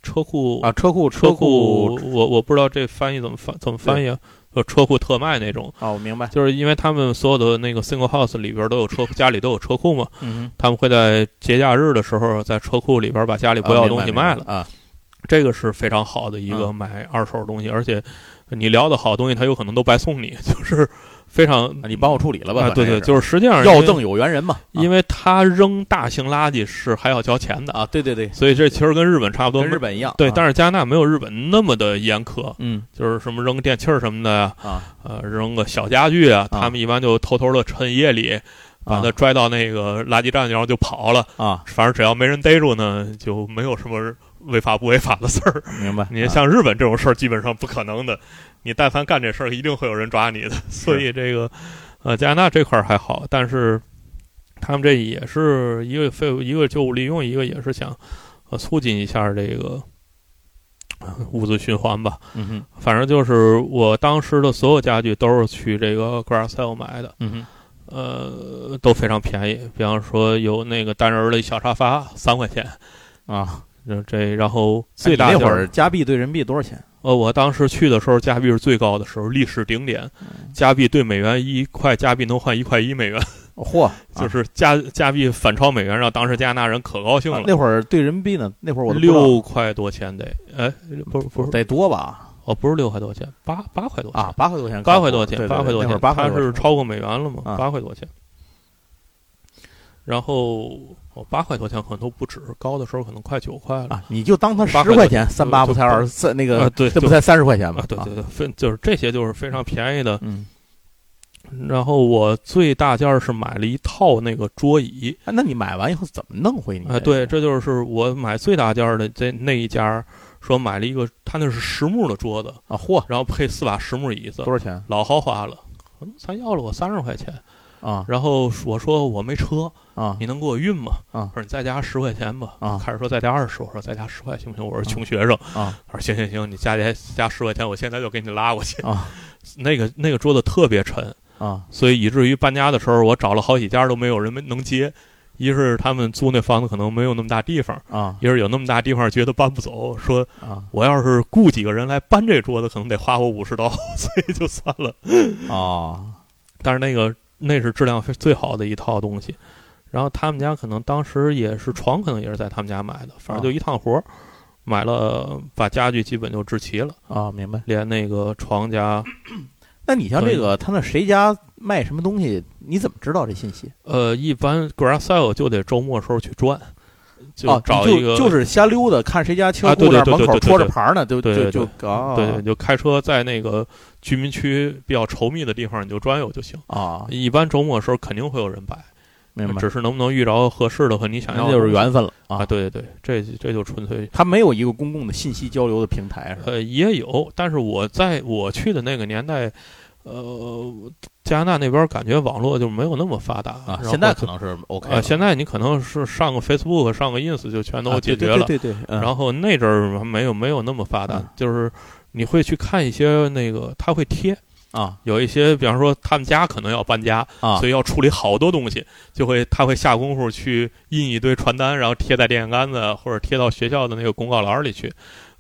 Speaker 2: 车库
Speaker 1: 啊，车库
Speaker 2: 车
Speaker 1: 库
Speaker 2: 我我不知道这翻译怎么翻怎么翻译啊，就车库特卖那种，
Speaker 1: 啊，我明白，
Speaker 2: 就是因为他们所有的那个 single house 里边都有车，家里都有车库嘛。
Speaker 1: 嗯
Speaker 2: 他们会在节假日的时候在车库里边把家里
Speaker 1: 哼，
Speaker 2: 不要的东西
Speaker 1: 啊
Speaker 2: 卖
Speaker 1: 明白
Speaker 2: 了，
Speaker 1: 明白啊，
Speaker 2: 这个是非常好的一个
Speaker 1: 嗯
Speaker 2: 买二手东西，而且你聊的好东西，他有可能都白送你，就是非常
Speaker 1: 啊你帮我处理了吧？
Speaker 2: 啊，对对，
Speaker 1: 反正是
Speaker 2: 就是实际上
Speaker 1: 要
Speaker 2: 因为
Speaker 1: 赠有缘人嘛，啊
Speaker 2: 因为他扔大型垃圾是还要交钱的，
Speaker 1: 啊，对对对，
Speaker 2: 所以这其实跟日本差不多。
Speaker 1: 跟日本一啊样，
Speaker 2: 对，
Speaker 1: 是
Speaker 2: 但是加拿大没有日本那么的严苛，
Speaker 1: 嗯
Speaker 2: 就是什么扔个电器儿什么的呀，
Speaker 1: 啊，
Speaker 2: 呃，扔个小家具啊，
Speaker 1: 啊
Speaker 2: 他们一般就偷偷的趁夜里把它拽到那个垃圾站，然后就跑了。
Speaker 1: 啊，
Speaker 2: 反正只要没人逮住呢，就没有什么违法不违法的事儿。
Speaker 1: 明白？
Speaker 2: 你
Speaker 1: 啊
Speaker 2: 像日本这种事儿，基本上不可能的。你但凡干这事儿，一定会有人抓你的。所以这个，呃，加拿大这块儿还好，但是他们这也是一个废物，一个旧物利用，一个也是想呃促进一下这个呃物资循环吧。
Speaker 1: 嗯哼
Speaker 2: 反正就是我当时的所有家具都是去这个 garage sale 买的，
Speaker 1: 嗯哼
Speaker 2: 呃，都非常便宜。比方说有那个单人儿的小沙发，三块钱。
Speaker 1: 啊，
Speaker 2: 这这，然后最大
Speaker 1: 哎你那
Speaker 2: 件
Speaker 1: 会儿加币对人民币多少钱？
Speaker 2: 呃，我当时去的时候，加币是最高的时候，历史顶点，
Speaker 1: 嗯
Speaker 2: 加币对美元一块加币能换一块一美元，
Speaker 1: 嚯，啊
Speaker 2: 就是加加币反超美元，让当时加拿大人可高兴
Speaker 1: 啊
Speaker 2: 了。
Speaker 1: 那会儿对人民币呢？那会儿我都不知道
Speaker 2: 六块多钱得，哎，不是不是，
Speaker 1: 得多吧？
Speaker 2: 哦，不是六块多钱，八八块多钱
Speaker 1: 啊，，八块多钱，
Speaker 2: 八块多钱，
Speaker 1: 对对对
Speaker 2: 八块多
Speaker 1: 那会儿
Speaker 2: 钱，
Speaker 1: 八块
Speaker 2: 它
Speaker 1: 多
Speaker 2: 是
Speaker 1: 钱
Speaker 2: 超过美元了嘛？
Speaker 1: 啊
Speaker 2: 八块多钱，然后哦，八块多钱可能都不止，高的时候可能快九块了。
Speaker 1: 啊，你就当它十
Speaker 2: 八块多
Speaker 1: 块钱，三
Speaker 2: 就
Speaker 1: 八不
Speaker 2: 就
Speaker 1: 才二十四，那
Speaker 2: 啊
Speaker 1: 个
Speaker 2: 对
Speaker 1: 这不
Speaker 2: 就
Speaker 1: 才三十块钱吗
Speaker 2: 啊，？对对对，非就是这些就是非常便宜的，
Speaker 1: 嗯，
Speaker 2: 然后我最大件儿是买了一套那个桌椅，
Speaker 1: 啊那你买完以后怎么弄回你？
Speaker 2: 啊，对，，这就是我买最大件儿的这那一家儿，说买了一个，他那是实木的桌子，
Speaker 1: 啊，嚯，
Speaker 2: 然后配四把实木椅子
Speaker 1: 多，少钱
Speaker 2: 老豪华了，嗯他要了我三十块钱，
Speaker 1: 啊
Speaker 2: 然后我说我没车，
Speaker 1: 啊
Speaker 2: 你能给我运吗？
Speaker 1: 啊
Speaker 2: 我说你再加十块钱吧，
Speaker 1: 啊
Speaker 2: 开始说再加二十，我说再加十块行不行？我是穷学生，
Speaker 1: 啊
Speaker 2: 他说行行行，你加加加十块钱，我现在就给你拉过去。
Speaker 1: 啊
Speaker 2: 那个那个桌子特别沉，
Speaker 1: 啊
Speaker 2: 所以以至于搬家的时候，我找了好几家都没有人们能接。一是他们租那房子可能没有那么大地方，
Speaker 1: 啊
Speaker 2: 一是有那么大地方觉得搬不走，说
Speaker 1: 啊
Speaker 2: 我要是雇几个人来搬这桌子，可能得花我五十刀， 所以就算了。
Speaker 1: 啊
Speaker 2: 但是那个那是质量非最好的一套东西，然后他们家可能当时也是床，可能也是在他们家买的，反正就一趟活儿，买了把家具基本就置齐了，
Speaker 1: 啊，明白。
Speaker 2: 连那个床加
Speaker 1: 那你像
Speaker 2: 可以
Speaker 1: 这个，他那谁家卖什么东西，你怎么知道这信息？
Speaker 2: 呃，一般 garage sale 就得周末时候去转，就
Speaker 1: 哦，
Speaker 2: 找
Speaker 1: 你
Speaker 2: 一个、
Speaker 1: 就就是瞎溜达，看谁家清
Speaker 2: 啊对
Speaker 1: 户
Speaker 2: 对
Speaker 1: 那儿
Speaker 2: 对
Speaker 1: 门
Speaker 2: 对
Speaker 1: 口
Speaker 2: 对对
Speaker 1: 戳着牌儿呢，就
Speaker 2: 对
Speaker 1: 就
Speaker 2: 对
Speaker 1: 就
Speaker 2: 对
Speaker 1: 啊，
Speaker 2: 对，你就开车在那个居民区比较稠密的地方，你就转悠就行。
Speaker 1: 啊，
Speaker 2: 一般周末的时候肯定会有人摆，
Speaker 1: 明白，
Speaker 2: 只是能不能遇着合适的和你想
Speaker 1: 那
Speaker 2: 要的
Speaker 1: 就是缘分了
Speaker 2: 啊。
Speaker 1: 啊。
Speaker 2: 对对对，这这就纯粹
Speaker 1: 他没有一个公共的信息交流的平台是吧？
Speaker 2: 呃也有，但是我在我去的那个年代，呃，加拿大那边感觉网络就没有那么发达
Speaker 1: 啊，
Speaker 2: 呃然后
Speaker 1: 现在
Speaker 2: 就
Speaker 1: 可能是 OK
Speaker 2: 呃
Speaker 1: 了。
Speaker 2: 现在你可能是上个 Facebook 上个 Ins 就全
Speaker 1: 啊
Speaker 2: 都解决
Speaker 1: 对
Speaker 2: 了。
Speaker 1: 对对对对，嗯
Speaker 2: 然后那阵儿还没有没有那么发达，
Speaker 1: 嗯
Speaker 2: 就是你会去看一些那个，他会贴
Speaker 1: 啊
Speaker 2: 有一些，比方说他们家可能要搬家，
Speaker 1: 啊
Speaker 2: 所以要处理好多东西，就会他会下功夫去印一堆传单，然后贴在电线杆子或者贴到学校的那个公告栏儿里去，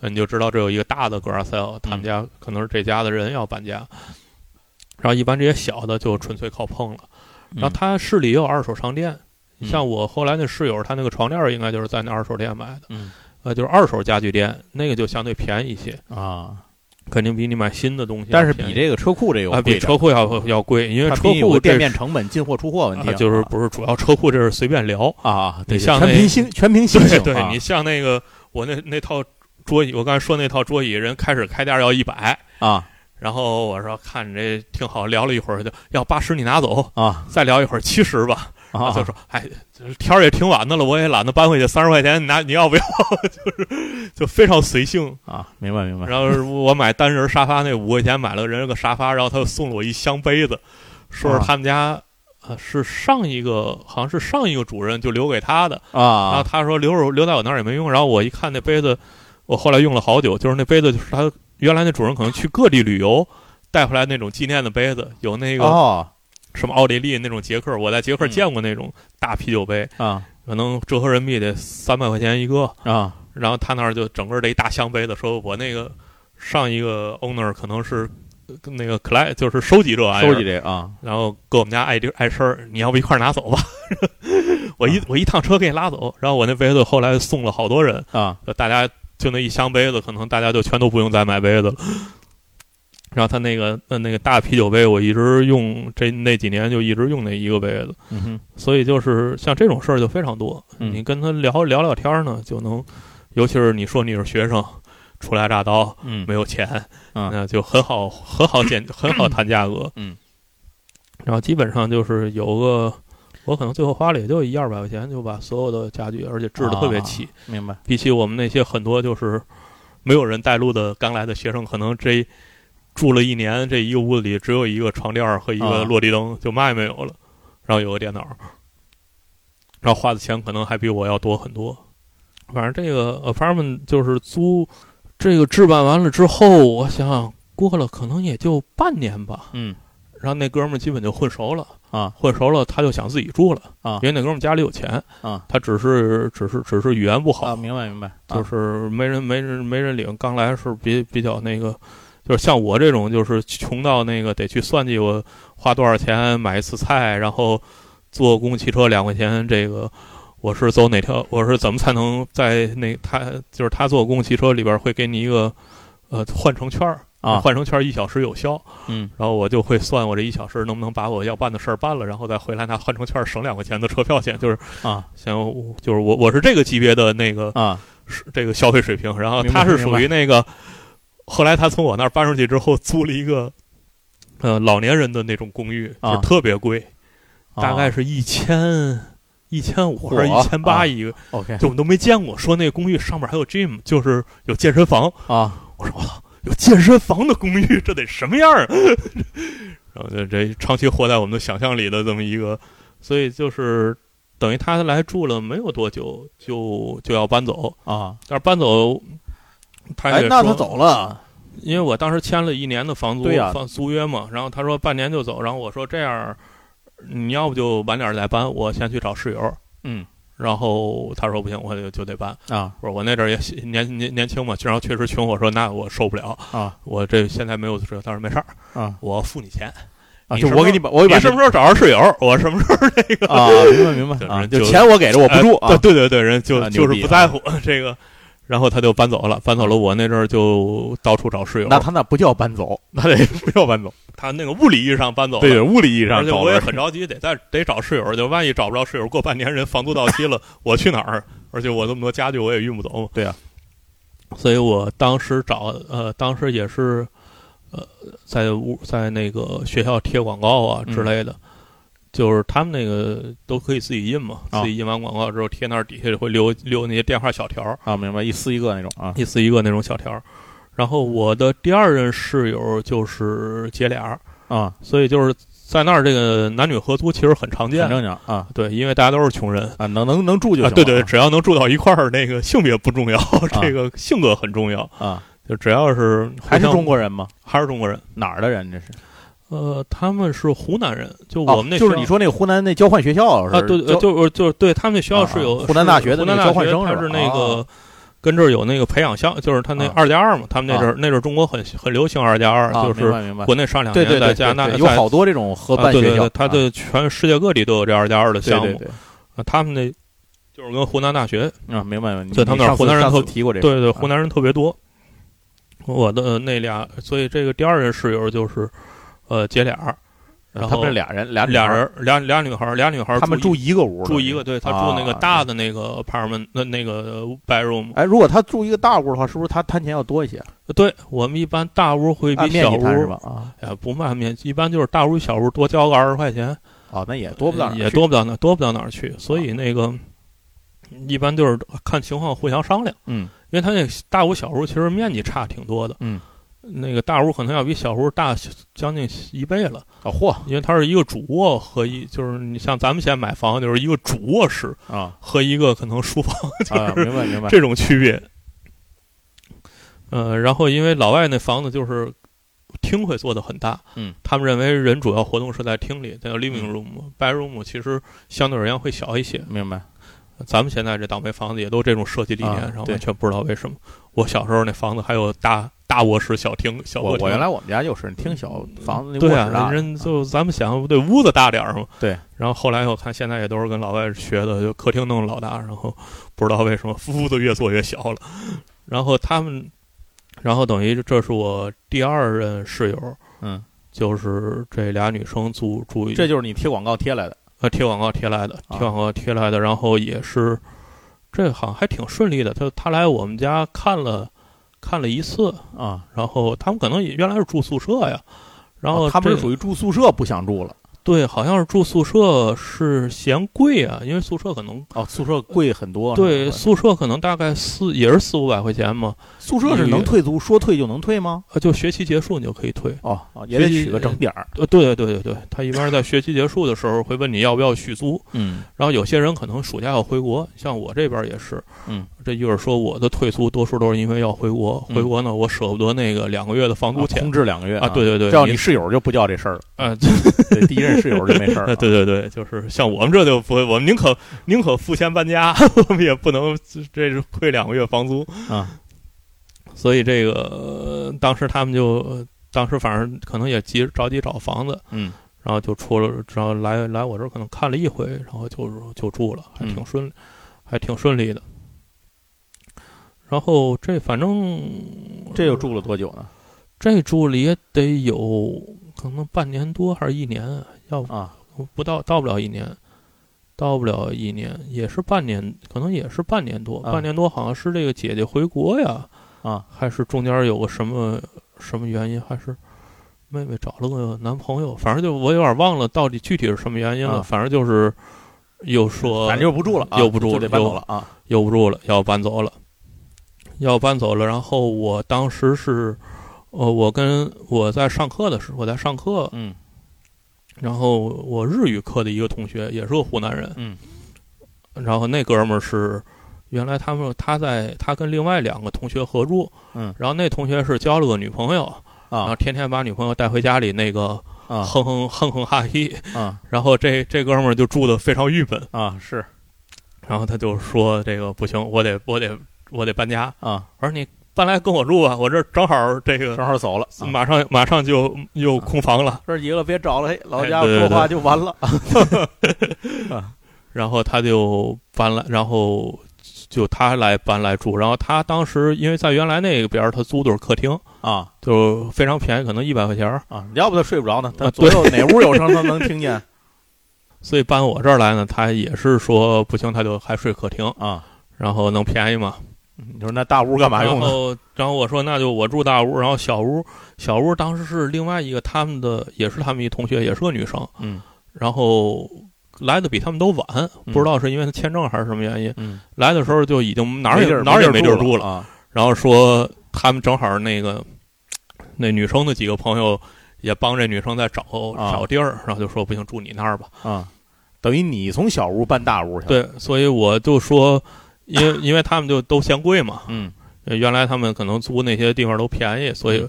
Speaker 2: 呃你就知道这有一个大的 garage sale，他们家可能是这家的人要搬家。然后一般这些小的就纯粹靠碰了，然后他市里也有二手商店，
Speaker 1: 嗯
Speaker 2: 像我后来那室友，他那个床垫儿应该就是在那二手店买的。
Speaker 1: 嗯
Speaker 2: 呃，就是二手家具店，那个就相对便宜一些，
Speaker 1: 啊，
Speaker 2: 肯定比你买新的东西要
Speaker 1: 但
Speaker 2: 便
Speaker 1: 是
Speaker 2: 宜，
Speaker 1: 比这个车库这个
Speaker 2: 啊比车库要要贵，因为
Speaker 1: 它
Speaker 2: 车
Speaker 1: 毕竟有
Speaker 2: 库
Speaker 1: 个店
Speaker 2: 这是
Speaker 1: 面成本、进货出货问题
Speaker 2: 啊
Speaker 1: 啊，
Speaker 2: 就是不是主要车库这是随便聊，
Speaker 1: 啊，对，
Speaker 2: 你像
Speaker 1: 全
Speaker 2: 那
Speaker 1: 凭心，全凭心
Speaker 2: 对
Speaker 1: 情。
Speaker 2: 对，
Speaker 1: 啊
Speaker 2: 你像那个我那那套桌椅，我刚才说那套桌椅，人开始开价要一百，
Speaker 1: 啊
Speaker 2: 然后我说看你这挺好，聊了一会儿就要八十你拿走，
Speaker 1: 啊
Speaker 2: 再聊一会儿七十吧，
Speaker 1: 啊，
Speaker 2: 他说哎就是天儿也挺晚的了，我也懒得搬回去，三十块钱你拿你要不 要？就是就非常随性，
Speaker 1: 啊，明白明白。
Speaker 2: 然后我买单人沙发那五块钱买了人家个沙发，然后他又送了我一箱杯子，说
Speaker 1: 啊
Speaker 2: 是他们家呃是上一个好像是上一个主人就留给他的，然后
Speaker 1: 啊
Speaker 2: 他说留着留在我那儿也没用，然后我一看那杯子，我后来用了好久，就是那杯子就是他原来那主人可能去各地旅游。带回来那种纪念的杯子，有那个
Speaker 1: 哦
Speaker 2: 什么奥地利那种捷克，我在捷克
Speaker 1: 嗯
Speaker 2: 见过那种大啤酒杯，
Speaker 1: 啊
Speaker 2: 可能折合人民币得三百块钱一个。
Speaker 1: 啊
Speaker 2: 然后他那儿就整个这一大箱杯子，说我那个上一个 owner 可能是呃跟那个 c l i 就是收集这玩意儿，
Speaker 1: 收集这个啊
Speaker 2: 然后搁我们家碍地碍事儿，你要不一块儿拿 走吧？我一我一趟车给你拉走。然后我那杯子后来送了好多人，
Speaker 1: 啊
Speaker 2: 就大家就那一箱杯子，可能大家就全都不用再买杯子了。然后他那个呃那那个大啤酒杯，我一直用这那几年就一直用那一个杯子，
Speaker 1: 嗯哼，
Speaker 2: 所以就是像这种事儿就非常多。
Speaker 1: 嗯
Speaker 2: 你跟他聊聊聊天儿呢，就能，尤其是你说你是学生，初来乍到，
Speaker 1: 嗯
Speaker 2: 没有钱，
Speaker 1: 嗯
Speaker 2: 那就很好很好减很好谈价格，
Speaker 1: 嗯，
Speaker 2: 然后基本上就是有个。我可能最后花了也就一二百块钱，就把所有的家具，而且置的特
Speaker 1: 啊
Speaker 2: 别齐。
Speaker 1: 明白，
Speaker 2: 比起我们那些很多就是没有人带路的刚来的学生，可能这住了一年，这一个屋子里只有一个床垫儿和一
Speaker 1: 啊
Speaker 2: 个落地灯，就嘛也没有了，然后有个电脑，然后花的钱可能还比我要多很多。反正这个 apartment 就是租，这个置办完了之后，我想想过了可能也就半年吧，
Speaker 1: 嗯
Speaker 2: 然后那哥们儿基本就混熟了
Speaker 1: 啊，
Speaker 2: 混熟了他就想自己住了
Speaker 1: 啊
Speaker 2: 因为那哥们儿家里有钱
Speaker 1: 啊，
Speaker 2: 他只是只是只是语言不好
Speaker 1: 啊，明白明白，啊
Speaker 2: 就是没人没人没人领，刚来是比比较那个，就是像我这种就是穷到那个得去算计我花多少钱买一次菜，然后坐公共汽车两块钱，这个我是走哪条，我是怎么才能在那他就是他坐公共汽车里边会给你一个呃换乘券儿
Speaker 1: 啊，
Speaker 2: 换乘券儿一小时有效，
Speaker 1: 嗯
Speaker 2: 然后我就会算我这一小时能不能把我要办的事儿办了，然后再回来拿换乘券儿省两块钱的车票钱，就是
Speaker 1: 啊
Speaker 2: 像我就是我我是这个级别的那个
Speaker 1: 啊，
Speaker 2: 是这个消费水平，然后
Speaker 1: 明白
Speaker 2: 他是属于那个，后来他从我那儿搬出去之后，租了一个，呃，老年人的那种公寓，
Speaker 1: 啊
Speaker 2: 就是特别贵，
Speaker 1: 啊
Speaker 2: 大概是一千一千五
Speaker 1: 嚯
Speaker 2: 还是一千
Speaker 1: 啊
Speaker 2: 八一个，
Speaker 1: OK
Speaker 2: 就我们都没见过。说那个公寓上面还有 gym，就是有健身房，
Speaker 1: 啊，
Speaker 2: 有健身房的公寓，这得什么样啊？ 然后这这长期活在我们的想象里的这么一个，所以就是等于他来住了没有多久，就就要搬走。
Speaker 1: 啊，
Speaker 2: 但是搬走，他
Speaker 1: 哎
Speaker 2: 也，
Speaker 1: 那
Speaker 2: 说
Speaker 1: 他走了，
Speaker 2: 因为我当时签了一年的房租
Speaker 1: 对呀
Speaker 2: 房租约嘛，然后他说半年就走，然后我说这样，你要不就晚点再搬，我先去找室友。
Speaker 1: 嗯
Speaker 2: 然后他说不行，我就就得搬。
Speaker 1: 啊
Speaker 2: 我说我那阵儿也年年年轻嘛，然后确实穷。我说那我受不了，
Speaker 1: 啊
Speaker 2: 我这现在没有室友。他说没事儿，
Speaker 1: 啊
Speaker 2: 我付你钱。
Speaker 1: 啊，
Speaker 2: 你
Speaker 1: 就
Speaker 2: 什
Speaker 1: 我
Speaker 2: 么
Speaker 1: 给你把，我给
Speaker 2: 你
Speaker 1: 把
Speaker 2: 什
Speaker 1: 这
Speaker 2: 么时候找着室友？我什么时候这 个？
Speaker 1: 啊，明白明白
Speaker 2: 对
Speaker 1: 啊，
Speaker 2: 人就
Speaker 1: 就钱我给着，我不住
Speaker 2: 对
Speaker 1: 啊，
Speaker 2: 对对对，人就、
Speaker 1: 啊牛
Speaker 2: 就是
Speaker 1: 逼
Speaker 2: 不
Speaker 1: 啊
Speaker 2: 在乎这个。然后他就搬走了，搬走了。我那阵儿就到处找室友。
Speaker 1: 那他那不叫搬走， 那得不叫搬走，
Speaker 2: 他那个物理意义上搬走了，
Speaker 1: 对对，物理意义
Speaker 2: 而
Speaker 1: 上
Speaker 2: 且
Speaker 1: 走
Speaker 2: 我也
Speaker 1: 了，
Speaker 2: 很着急，得在得找室友，就万一找不着室友，过半年人房租到 期了，我去哪儿？而且我这么多家具我也运不走嘛。
Speaker 1: 对啊，
Speaker 2: 所以我当时找呃，当时也是呃，在屋在那个学校贴广告啊
Speaker 1: 嗯
Speaker 2: 之类的，就是他们那个都可以自己印嘛，
Speaker 1: 啊
Speaker 2: 自己印完广告之后贴那儿底下会留留那些电话小条儿，
Speaker 1: 啊，明白，一撕一个那种啊，
Speaker 2: 一次一个那种小条儿。然后我的第二任室友就是姐俩儿，
Speaker 1: 啊，
Speaker 2: 所以就是在那儿这个男女合租其实很常
Speaker 1: 很
Speaker 2: 见，
Speaker 1: 正常啊
Speaker 2: 对，因为大家都是穷人
Speaker 1: 啊，能能能住就
Speaker 2: 啊，
Speaker 1: 行了，
Speaker 2: 对对，只要能住到一块儿，那个性别不重要，这个性格很重要，
Speaker 1: 啊，
Speaker 2: 就只要是
Speaker 1: 还是中
Speaker 2: 国，
Speaker 1: 国人吗？
Speaker 2: 还是中国人，
Speaker 1: 哪儿的人这是？
Speaker 2: 呃，他们是湖南人，就
Speaker 1: 哦
Speaker 2: 我们那、
Speaker 1: 就是你。说那个湖南那交换学校是
Speaker 2: 啊，对，呃
Speaker 1: 交
Speaker 2: 就是就是对，他们那学校
Speaker 1: 啊
Speaker 2: 是有
Speaker 1: 湖南大学的
Speaker 2: 是湖
Speaker 1: 那
Speaker 2: 南
Speaker 1: 个交
Speaker 2: 大
Speaker 1: 换
Speaker 2: 学
Speaker 1: 生是
Speaker 2: 它
Speaker 1: 吧
Speaker 2: 是那个
Speaker 1: 哦
Speaker 2: 跟这儿有那个培养项，就是他那
Speaker 1: 啊
Speaker 2: 二加二嘛，他们那阵
Speaker 1: 啊
Speaker 2: 儿那阵儿中国很很流行二加二，
Speaker 1: 啊
Speaker 2: 就
Speaker 1: 明
Speaker 2: 是
Speaker 1: 白明白，
Speaker 2: 国内上两
Speaker 1: 对对
Speaker 2: 年
Speaker 1: 对
Speaker 2: 在
Speaker 1: 对，
Speaker 2: 加拿大
Speaker 1: 对有
Speaker 2: 在
Speaker 1: 好多这种合
Speaker 2: 啊
Speaker 1: 办
Speaker 2: 对对
Speaker 1: 学校
Speaker 2: 对，他
Speaker 1: 啊
Speaker 2: 的全世界各地都有这二加二的项
Speaker 1: 对
Speaker 2: 目
Speaker 1: 对，对
Speaker 2: 啊，他们那就是跟湖南大学，
Speaker 1: 啊，明白明白，你
Speaker 2: 对他们那儿
Speaker 1: 上次
Speaker 2: 湖南人
Speaker 1: 上次
Speaker 2: 特
Speaker 1: 提过这个，
Speaker 2: 对对，
Speaker 1: 啊
Speaker 2: 湖南人特别多。我的呃那俩，所以这个第二任室友就是，呃，姐俩儿，
Speaker 1: 啊
Speaker 2: 然
Speaker 1: 他们
Speaker 2: 后
Speaker 1: 是俩人俩女
Speaker 2: 俩
Speaker 1: 孩儿，
Speaker 2: 人，俩俩女孩儿，俩女孩儿，
Speaker 1: 他们住一个屋，
Speaker 2: 住一个，。对他住那个
Speaker 1: 啊
Speaker 2: 大的那个 apartment，那那个 bedroom。
Speaker 1: 哎，如果他住一个大屋的话，是不是他摊钱要多一些？
Speaker 2: 对我们一般大屋会
Speaker 1: 按
Speaker 2: 比
Speaker 1: 面
Speaker 2: 小
Speaker 1: 积
Speaker 2: 屋
Speaker 1: 摊是吧？啊，
Speaker 2: 哎呀，不卖面积，一般就是大屋小屋多交个二十块钱，
Speaker 1: 哦，那也多不到哪儿去
Speaker 2: 也多不到哪多不到哪儿去，所以那个一般就是看情况互相商量。
Speaker 1: 嗯
Speaker 2: 因为它那大屋小屋其实面积差挺多的，
Speaker 1: 嗯，
Speaker 2: 那个大屋可能要比小屋大将近一倍了，
Speaker 1: 啊嚯
Speaker 2: 因为它是一个主卧和一就是你像咱们现在买房就是一个主卧室
Speaker 1: 啊
Speaker 2: 和一个可能书房
Speaker 1: 啊，
Speaker 2: 就是
Speaker 1: 明白明白
Speaker 2: 这种区别。呃，然后因为老外那房子就是厅会做的很大，
Speaker 1: 嗯，
Speaker 2: 他们认为人主要活动是在厅里，叫 living room，bedroom 其实相对而言会小一些，
Speaker 1: 明白
Speaker 2: 咱们现在这倒霉房子也都这种设计理念，
Speaker 1: 啊
Speaker 2: 然后
Speaker 1: 对
Speaker 2: 完全不知道为什么。我小时候那房子还有大大卧室、小厅、小
Speaker 1: 我
Speaker 2: 客厅。
Speaker 1: 我原来我们家就是，你听小房子那
Speaker 2: 对
Speaker 1: 卧室
Speaker 2: 啊，
Speaker 1: 大嗯
Speaker 2: 人就咱们想不对屋子大点儿嘛。
Speaker 1: 对。
Speaker 2: 然后后来我看现在也都是跟老外学的，就客厅弄老大，然后不知道为什么屋子越做越小了。然后他们然后等于这是我第二任室友，
Speaker 1: 嗯，
Speaker 2: 就是这俩女生住住一
Speaker 1: 这就是你贴广告贴来的，
Speaker 2: 呃贴广告贴来的，
Speaker 1: 啊
Speaker 2: 贴广告贴来的，然后也是这好像还挺顺利的，他他来我们家看了看了一次，
Speaker 1: 啊。
Speaker 2: 然后他们可能也原来是住宿舍呀，然后、
Speaker 1: 哦他们是
Speaker 2: 这
Speaker 1: 属于住宿舍不想住了，
Speaker 2: 对，好像是住宿舍是嫌贵啊，因为宿舍可能
Speaker 1: 哦，宿舍贵很多。
Speaker 2: 对
Speaker 1: 是吧
Speaker 2: 宿舍可能大概四也是四五百块钱嘛，
Speaker 1: 宿舍是能退租，说退就能退吗？
Speaker 2: 呃，就学期结束你就可以退。
Speaker 1: 哦，哦也得取个整点儿。
Speaker 2: 呃，对对对对，他一般是在学期结束的时候会问你要不要续租，
Speaker 1: 嗯
Speaker 2: 然后有些人可能暑假要回国，像我这边也是，
Speaker 1: 嗯，
Speaker 2: 这一会儿说我的退租多数都是因为要回国，
Speaker 1: 嗯
Speaker 2: 回国呢我舍不得那个两个月的房租钱
Speaker 1: 空置两个月
Speaker 2: 啊，对对对，
Speaker 1: 叫你嗯室友就不叫这事儿了，
Speaker 2: 啊，
Speaker 1: 对，第一任室友就没事儿了。 啊
Speaker 2: 对对对，就是像我们这就不会，我们宁可宁可付钱搬家， 我们也不能这是亏两个月房租。
Speaker 1: 啊，
Speaker 2: 所以这个、呃当时他们就呃当时反正可能也急着急找房子，
Speaker 1: 嗯
Speaker 2: 然后就出了，然后来来我这儿可能看了一回，然后就就住了，还
Speaker 1: 嗯
Speaker 2: 挺顺利，还挺顺利的。然后这反正
Speaker 1: 这又住了多久呢？
Speaker 2: 这住了也得有可能半年多还是一年，要不
Speaker 1: 啊，
Speaker 2: 不到到不了一年，到不了一年，也是半年，可能也是半年多，
Speaker 1: 啊
Speaker 2: 半年多好像是这个姐姐回国呀，
Speaker 1: 啊，
Speaker 2: 还是中间有个什么什么原因，还是妹妹找了个男朋友，反正就我有点忘了到底具体是什么原因了，
Speaker 1: 啊
Speaker 2: 反正就是又说
Speaker 1: 反正又不住了啊，
Speaker 2: 又不住了
Speaker 1: 就得搬走了啊。
Speaker 2: 悠不住了，要搬走了，要搬走了。然后我当时是，呃，我跟我在上课的时候，我在上课，
Speaker 1: 嗯
Speaker 2: 然后我日语课的一个同学也是个湖南人，
Speaker 1: 嗯，
Speaker 2: 然后那哥们儿是原来他们他在他跟另外两个同学合住，
Speaker 1: 嗯，
Speaker 2: 然后那同学是交了个女朋友，然后
Speaker 1: 啊
Speaker 2: 天天把女朋友带回家里那个
Speaker 1: 啊
Speaker 2: 哼哼哼哼哈嘿，
Speaker 1: 啊
Speaker 2: 然后这这哥们儿就住的非常郁闷，
Speaker 1: 啊，是
Speaker 2: 然后他就说这个不行，我得我得我得搬家，
Speaker 1: 啊，
Speaker 2: 我说你搬来跟我住吧，我这正好这个
Speaker 1: 正好走了。啊
Speaker 2: 马上马上就又空房了。
Speaker 1: 哥几个别找了，嘿老
Speaker 2: 哎
Speaker 1: 家
Speaker 2: 对
Speaker 1: 伙
Speaker 2: 对啊
Speaker 1: 说话就完了。
Speaker 2: 然后他就搬来，然后就他来搬来住。然后他当时因为在原来那边儿他租的是客厅，
Speaker 1: 啊
Speaker 2: 就非常便宜，可能一百块钱儿，
Speaker 1: 啊，要不他睡不着呢，他
Speaker 2: 啊
Speaker 1: 左右哪屋有声他能听 见
Speaker 2: 所以搬我这儿来呢，他也是说不行，他就还睡客厅，
Speaker 1: 啊。
Speaker 2: 然后能便宜吗？
Speaker 1: 嗯你说那大屋干嘛用
Speaker 2: 然
Speaker 1: 呢？
Speaker 2: 后，然后我说那就我住大屋，然后小屋，小屋当时是另外一个他们的，也是他们一同学，也是个女生，
Speaker 1: 嗯
Speaker 2: 然后来的比他们都晚，
Speaker 1: 嗯
Speaker 2: 不知道是因为他签证还是什么原因，
Speaker 1: 嗯，
Speaker 2: 来的时候就已经哪儿
Speaker 1: 没地
Speaker 2: 也哪儿也没地儿
Speaker 1: 住
Speaker 2: 住了。
Speaker 1: 啊。
Speaker 2: 然后说他们正好那个那女生的几个朋友也帮这女生在找
Speaker 1: 啊
Speaker 2: 找地儿，然后就说不行住你那儿吧。
Speaker 1: 啊，等于你从小屋搬大屋去了。，啊
Speaker 2: 对，所以我就说，因为因为他们就都嫌贵嘛，
Speaker 1: 嗯
Speaker 2: 呃原来他们可能租那些地方都便宜，所以，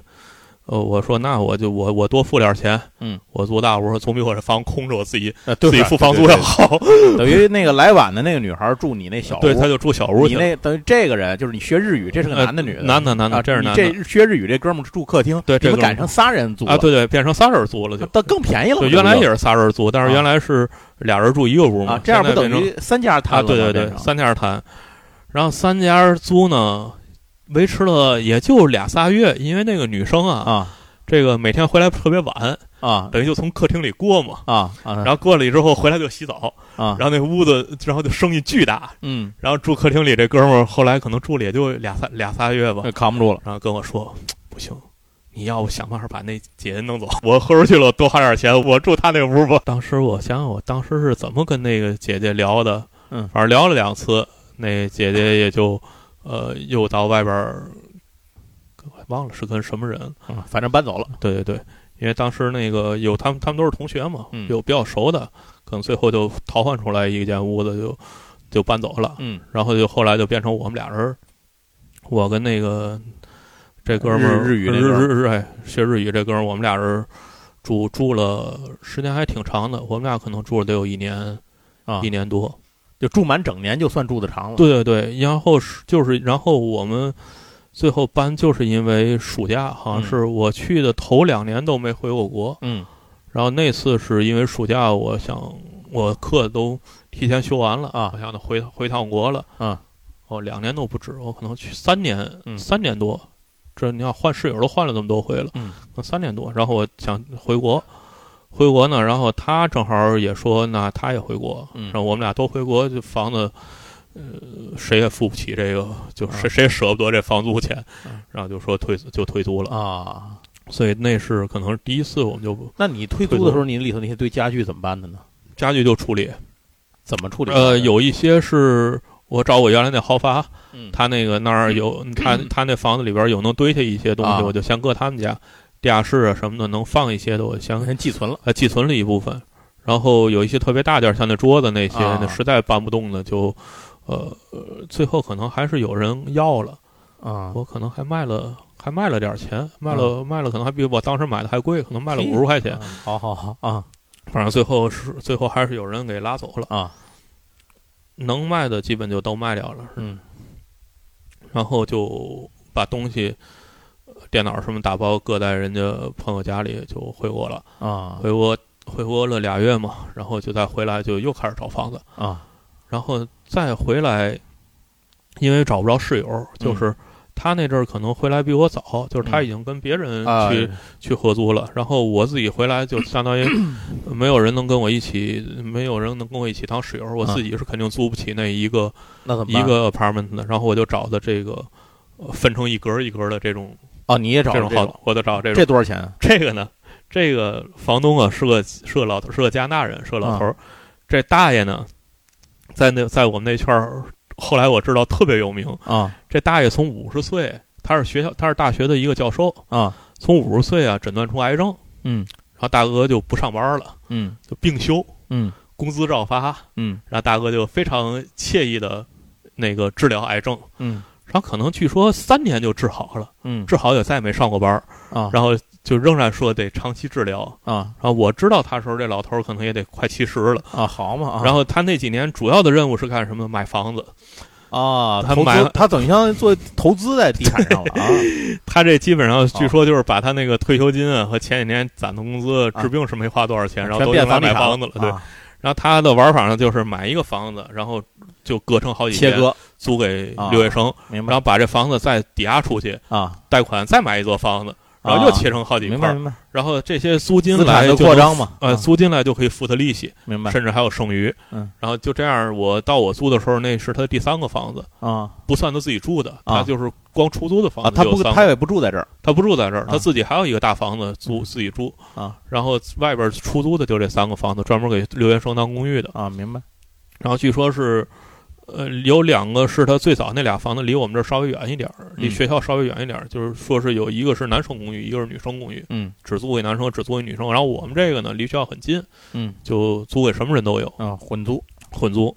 Speaker 2: 呃，我说那我就我我多付点钱，
Speaker 1: 嗯，
Speaker 2: 我租大屋总比我这房空着我自己
Speaker 1: 呃，对
Speaker 2: 自己付房租
Speaker 1: 对
Speaker 2: 要
Speaker 1: 对
Speaker 2: 好。
Speaker 1: 对等于那个来晚的那个女孩住你那小屋，
Speaker 2: 对，他就住小屋
Speaker 1: 你
Speaker 2: 去了。
Speaker 1: 那等于这个人就是你学日语，这是个
Speaker 2: 呃
Speaker 1: 男的女的，
Speaker 2: 男的男的，
Speaker 1: 啊，
Speaker 2: 这是
Speaker 1: 你
Speaker 2: 男的
Speaker 1: 这学日语这哥们儿住客厅，
Speaker 2: 对这
Speaker 1: 你们
Speaker 2: 哥们儿
Speaker 1: 赶上仨人租了
Speaker 2: 啊，，对对，变成仨人租了就。
Speaker 1: 那更便宜了嘛。
Speaker 2: 对，原来
Speaker 1: 这
Speaker 2: 也
Speaker 1: 不
Speaker 2: 是仨人租，但是
Speaker 1: 啊
Speaker 2: 原来是俩人住一个屋
Speaker 1: 就
Speaker 2: 嘛，
Speaker 1: 啊，这样不
Speaker 2: 现在
Speaker 1: 等
Speaker 2: 变成
Speaker 1: 于三家摊
Speaker 2: 啊，
Speaker 1: 了吗？
Speaker 2: 对对对
Speaker 1: 变，成
Speaker 2: 三家谈，然后三家租呢，维持了也就俩仨月，因为那个女生啊，
Speaker 1: 啊
Speaker 2: 这个每天回来特别晚，
Speaker 1: 啊
Speaker 2: 等于就从客厅里过嘛，
Speaker 1: 啊啊，
Speaker 2: 然后过了之后回来就洗澡，
Speaker 1: 啊，
Speaker 2: 然后那屋子，然后就生意巨大，
Speaker 1: 嗯，
Speaker 2: 然后住客厅里这哥们儿后来可能住了也就俩仨俩仨月吧，
Speaker 1: 这扛不住了
Speaker 2: 然后跟我说不行，你要不想办法把那姐姐弄走，我豁出去了，多花点钱，我住她那屋吧。当时我想想，我当时是怎么跟那个姐姐聊的，
Speaker 1: 嗯
Speaker 2: 反正聊了两次，那姐姐也就呃又到外边儿，我忘了是跟什么人，
Speaker 1: 啊，反正搬走了
Speaker 2: 对对对，因为当时那个有他们，他们都是同学嘛，
Speaker 1: 嗯
Speaker 2: 有比较熟的，可能最后就逃换出来一间屋子就就搬走了，
Speaker 1: 嗯，
Speaker 2: 然后就后来就变成我们俩人儿，我跟那个这哥们儿
Speaker 1: 日日语那
Speaker 2: 日
Speaker 1: 哥们儿
Speaker 2: 日日哎学日语这哥们儿，我们俩人儿住住了时间还挺长的，我们俩可能住了得有一年
Speaker 1: 啊
Speaker 2: 一年多，
Speaker 1: 就住满整年就算住的长了。
Speaker 2: 对对对，然后是就是然后我们。最后搬就是因为暑假，好像
Speaker 1: 嗯
Speaker 2: 是我去的头两年都没回过国，
Speaker 1: 嗯
Speaker 2: 然后那次是因为暑假，我想我课都提前修完了
Speaker 1: 啊
Speaker 2: 我想回回趟国了。
Speaker 1: 啊，
Speaker 2: 哦，两年都不止，我可能去三年，
Speaker 1: 嗯
Speaker 2: 三年多，这你要换室友都换了这么多回了，
Speaker 1: 嗯，
Speaker 2: 三年多，然后我想回国，回国呢，然后他正好也说，那他也回国，
Speaker 1: 嗯
Speaker 2: 然后我们俩都回国，就房子，呃，谁也付不起这个，就谁、谁也舍不得这房租钱，
Speaker 1: 嗯
Speaker 2: 然后就说退就退租了，
Speaker 1: 啊，
Speaker 2: 所以那是可能是第一次我们就
Speaker 1: 那你退租的时候，你里头那些堆家具怎么办的呢？
Speaker 2: 家具就处理，
Speaker 1: 怎么处理？
Speaker 2: 呃，，有一些是我找我原来那豪发，
Speaker 1: 嗯，
Speaker 2: 他那个那儿有他他那房子里边有能堆下一些东
Speaker 1: 啊
Speaker 2: 西，我就先搁他们家地下室啊什么的能放一些的，我先
Speaker 1: 先寄存了
Speaker 2: 呃寄存了一部分。然后有一些特别大件儿，像那桌子那些，
Speaker 1: 啊
Speaker 2: 那实在搬不动的，就呃呃最后可能还是有人要了，
Speaker 1: 啊，
Speaker 2: 我可能还卖了。还卖了点儿钱，卖了、卖了，可能还比我当时买的还贵，可能卖了
Speaker 1: 嘿
Speaker 2: 五十块钱。
Speaker 1: 啊好好好啊
Speaker 2: 反正最后是最后还是有人给拉走了，
Speaker 1: 啊，
Speaker 2: 能卖的基本就都卖掉了。
Speaker 1: 嗯
Speaker 2: 然后就把东西、呃电脑什么打包搁在人家朋友家里，就回国了。
Speaker 1: 啊
Speaker 2: 回国回国了俩月嘛，然后就再回来就又开始找房子，
Speaker 1: 啊
Speaker 2: 然后再回来，因为找不着室友，就是他那阵儿可能回来比我早，就是他
Speaker 1: 嗯
Speaker 2: 已经跟别人
Speaker 1: 啊，
Speaker 2: 去、去合租了，然后我自己回 来就相当于没有人能跟我一起，没有人能跟我一起当室友，我
Speaker 1: 啊
Speaker 2: 自己是肯定租不起那一个。
Speaker 1: 那怎么
Speaker 2: 一
Speaker 1: 办
Speaker 2: 个 apartment 的，然后我就找的这个、呃分成一格儿一格儿的这种
Speaker 1: 哦，你也找
Speaker 2: 这种
Speaker 1: 了
Speaker 2: 好的，我就找这种
Speaker 1: 这多少钱啊？
Speaker 2: 这个呢，这个房东啊是个是个老头是个加拿大人，是个老头儿、这大爷呢，在那在我们那圈儿，后来我知道特别有名。
Speaker 1: 啊
Speaker 2: 这大爷从五十岁，他是学校他是大学的一个教授，
Speaker 1: 啊
Speaker 2: 从五十岁啊诊断出癌症，
Speaker 1: 嗯
Speaker 2: 然后大哥就不上班了，
Speaker 1: 嗯
Speaker 2: 就病休，
Speaker 1: 嗯
Speaker 2: 工资照发，
Speaker 1: 嗯
Speaker 2: 然后大哥就非常惬意的那个治疗癌症。
Speaker 1: 嗯
Speaker 2: 然后可能据说三年就治好了，
Speaker 1: 嗯
Speaker 2: 治好也再也没上过班儿，
Speaker 1: 啊
Speaker 2: 然后就仍然说得长期治疗。
Speaker 1: 啊
Speaker 2: 然后我知道他的时候，这老头儿可能也得快七十了。
Speaker 1: 啊，好嘛啊，
Speaker 2: 然后他那几年主要的任务是干什么？买房子。
Speaker 1: 啊，
Speaker 2: 他
Speaker 1: 投
Speaker 2: 买
Speaker 1: 资他等于相当于做投资在地产上了 啊
Speaker 2: 他这基本上据说就是把他那个退休金啊和前几年攒的工资
Speaker 1: 啊
Speaker 2: 治病是没花多少钱，然后
Speaker 1: 全
Speaker 2: 都
Speaker 1: 变
Speaker 2: 用来
Speaker 1: 地
Speaker 2: 买
Speaker 1: 产
Speaker 2: 房子了。对。
Speaker 1: 啊
Speaker 2: 然后他的玩法呢，就是买一个房子，然后就隔成好几
Speaker 1: 切
Speaker 2: 年
Speaker 1: 割，啊
Speaker 2: 租给留学生，
Speaker 1: 明
Speaker 2: 然
Speaker 1: 白
Speaker 2: 后把这房子再抵押出去，
Speaker 1: 啊，
Speaker 2: 贷款再买一座房子，然后又
Speaker 1: 啊
Speaker 2: 切成好几
Speaker 1: 明
Speaker 2: 块
Speaker 1: 白
Speaker 2: 儿。
Speaker 1: 明白，
Speaker 2: 然后这些租金
Speaker 1: 资产
Speaker 2: 来
Speaker 1: 的
Speaker 2: 就
Speaker 1: 扩
Speaker 2: 能
Speaker 1: 张嘛，
Speaker 2: 呃，
Speaker 1: 啊
Speaker 2: 租金来就可以付他利息，
Speaker 1: 明白
Speaker 2: 甚至还有剩余。
Speaker 1: 嗯，
Speaker 2: 然后就这样，我到我租的时候，那是他第三个房子，
Speaker 1: 啊
Speaker 2: 不算他自己住的，
Speaker 1: 啊
Speaker 2: 他就是光出租的房
Speaker 1: 啊，
Speaker 2: 子
Speaker 1: 他
Speaker 2: 就有
Speaker 1: 不
Speaker 2: 三个、
Speaker 1: 他也不住在这儿
Speaker 2: 他不住在这儿，
Speaker 1: 啊
Speaker 2: 他自己还有一个大房子租、
Speaker 1: 嗯
Speaker 2: 自己住
Speaker 1: 啊。
Speaker 2: 然后外边出租的就这三个房子，专门给留学生当公寓的。
Speaker 1: 啊，明白
Speaker 2: 然后据说是。呃，有两个是他最早那俩房子离我们这儿稍微远一点儿，离
Speaker 1: 嗯
Speaker 2: 学校稍微远一点儿，就是说是有一个是男生公寓，一个是女生公寓，
Speaker 1: 嗯
Speaker 2: 只租给男生，只租给女生。然后我们这个呢，离学校很近，
Speaker 1: 嗯
Speaker 2: 就租给什么人都有，
Speaker 1: 啊，混租
Speaker 2: 混租。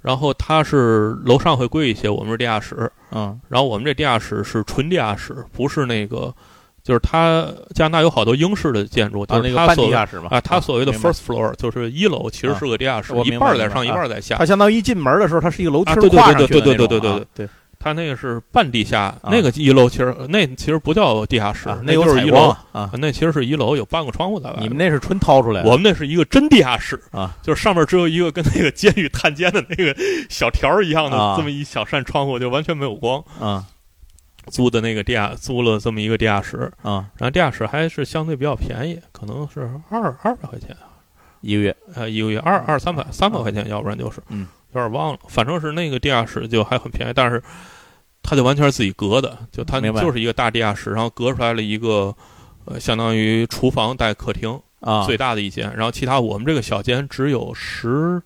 Speaker 2: 然后它是楼上会贵一些，我们是地下室。
Speaker 1: 嗯
Speaker 2: 然后我们这地下室是纯地下室，不是那个，就是它加拿大有好多英式的建筑，
Speaker 1: 啊
Speaker 2: 就
Speaker 1: 那
Speaker 2: 是
Speaker 1: 个
Speaker 2: 它
Speaker 1: 半
Speaker 2: 所
Speaker 1: 地
Speaker 2: 谓
Speaker 1: 下室嘛
Speaker 2: 啊，它所谓的
Speaker 1: 明白
Speaker 2: first floor 就是一楼，其实是个地下室
Speaker 1: 啊我，
Speaker 2: 一
Speaker 1: 明白
Speaker 2: 半儿在上，一
Speaker 1: 明白
Speaker 2: 半儿在下
Speaker 1: 它。相当于一进门的时候，它是一个楼梯
Speaker 2: 啊
Speaker 1: 儿
Speaker 2: 对对
Speaker 1: 跨上
Speaker 2: 对
Speaker 1: 去的
Speaker 2: 对
Speaker 1: 那种啊，
Speaker 2: 对对对
Speaker 1: 对
Speaker 2: 它那个是半地下，那个一楼其实那其实不叫地下室
Speaker 1: 啊，
Speaker 2: 那
Speaker 1: 有
Speaker 2: 就是
Speaker 1: 采
Speaker 2: 一
Speaker 1: 光
Speaker 2: 楼，
Speaker 1: 啊啊，
Speaker 2: 那其实是一楼有半个窗户在外
Speaker 1: 你
Speaker 2: 面。
Speaker 1: 们那是纯掏出来的
Speaker 2: 我们那是一个真地下室
Speaker 1: 哎啊，
Speaker 2: 就是上面只有一个跟那个监狱探监的那个小条儿一样的、
Speaker 1: 啊
Speaker 2: 这么一小扇窗户，就完全没有光。
Speaker 1: 啊
Speaker 2: 租的那个地下租了这么一个地下室，
Speaker 1: 啊，
Speaker 2: 然后地下室还是相对比较便宜，可能是二二百块钱，
Speaker 1: 一个月
Speaker 2: 呃，一个月二二三百三百块钱，要不然就是，
Speaker 1: 嗯，
Speaker 2: 有点忘了，反正是那个地下室就还很便宜，但是它就完全是自己隔的，就它
Speaker 1: 明白
Speaker 2: 就是一个大地下室，然后隔出来了一个。呃，相当于厨房带客厅，
Speaker 1: 啊
Speaker 2: 最大的一间，然后其他我们这个小间只有十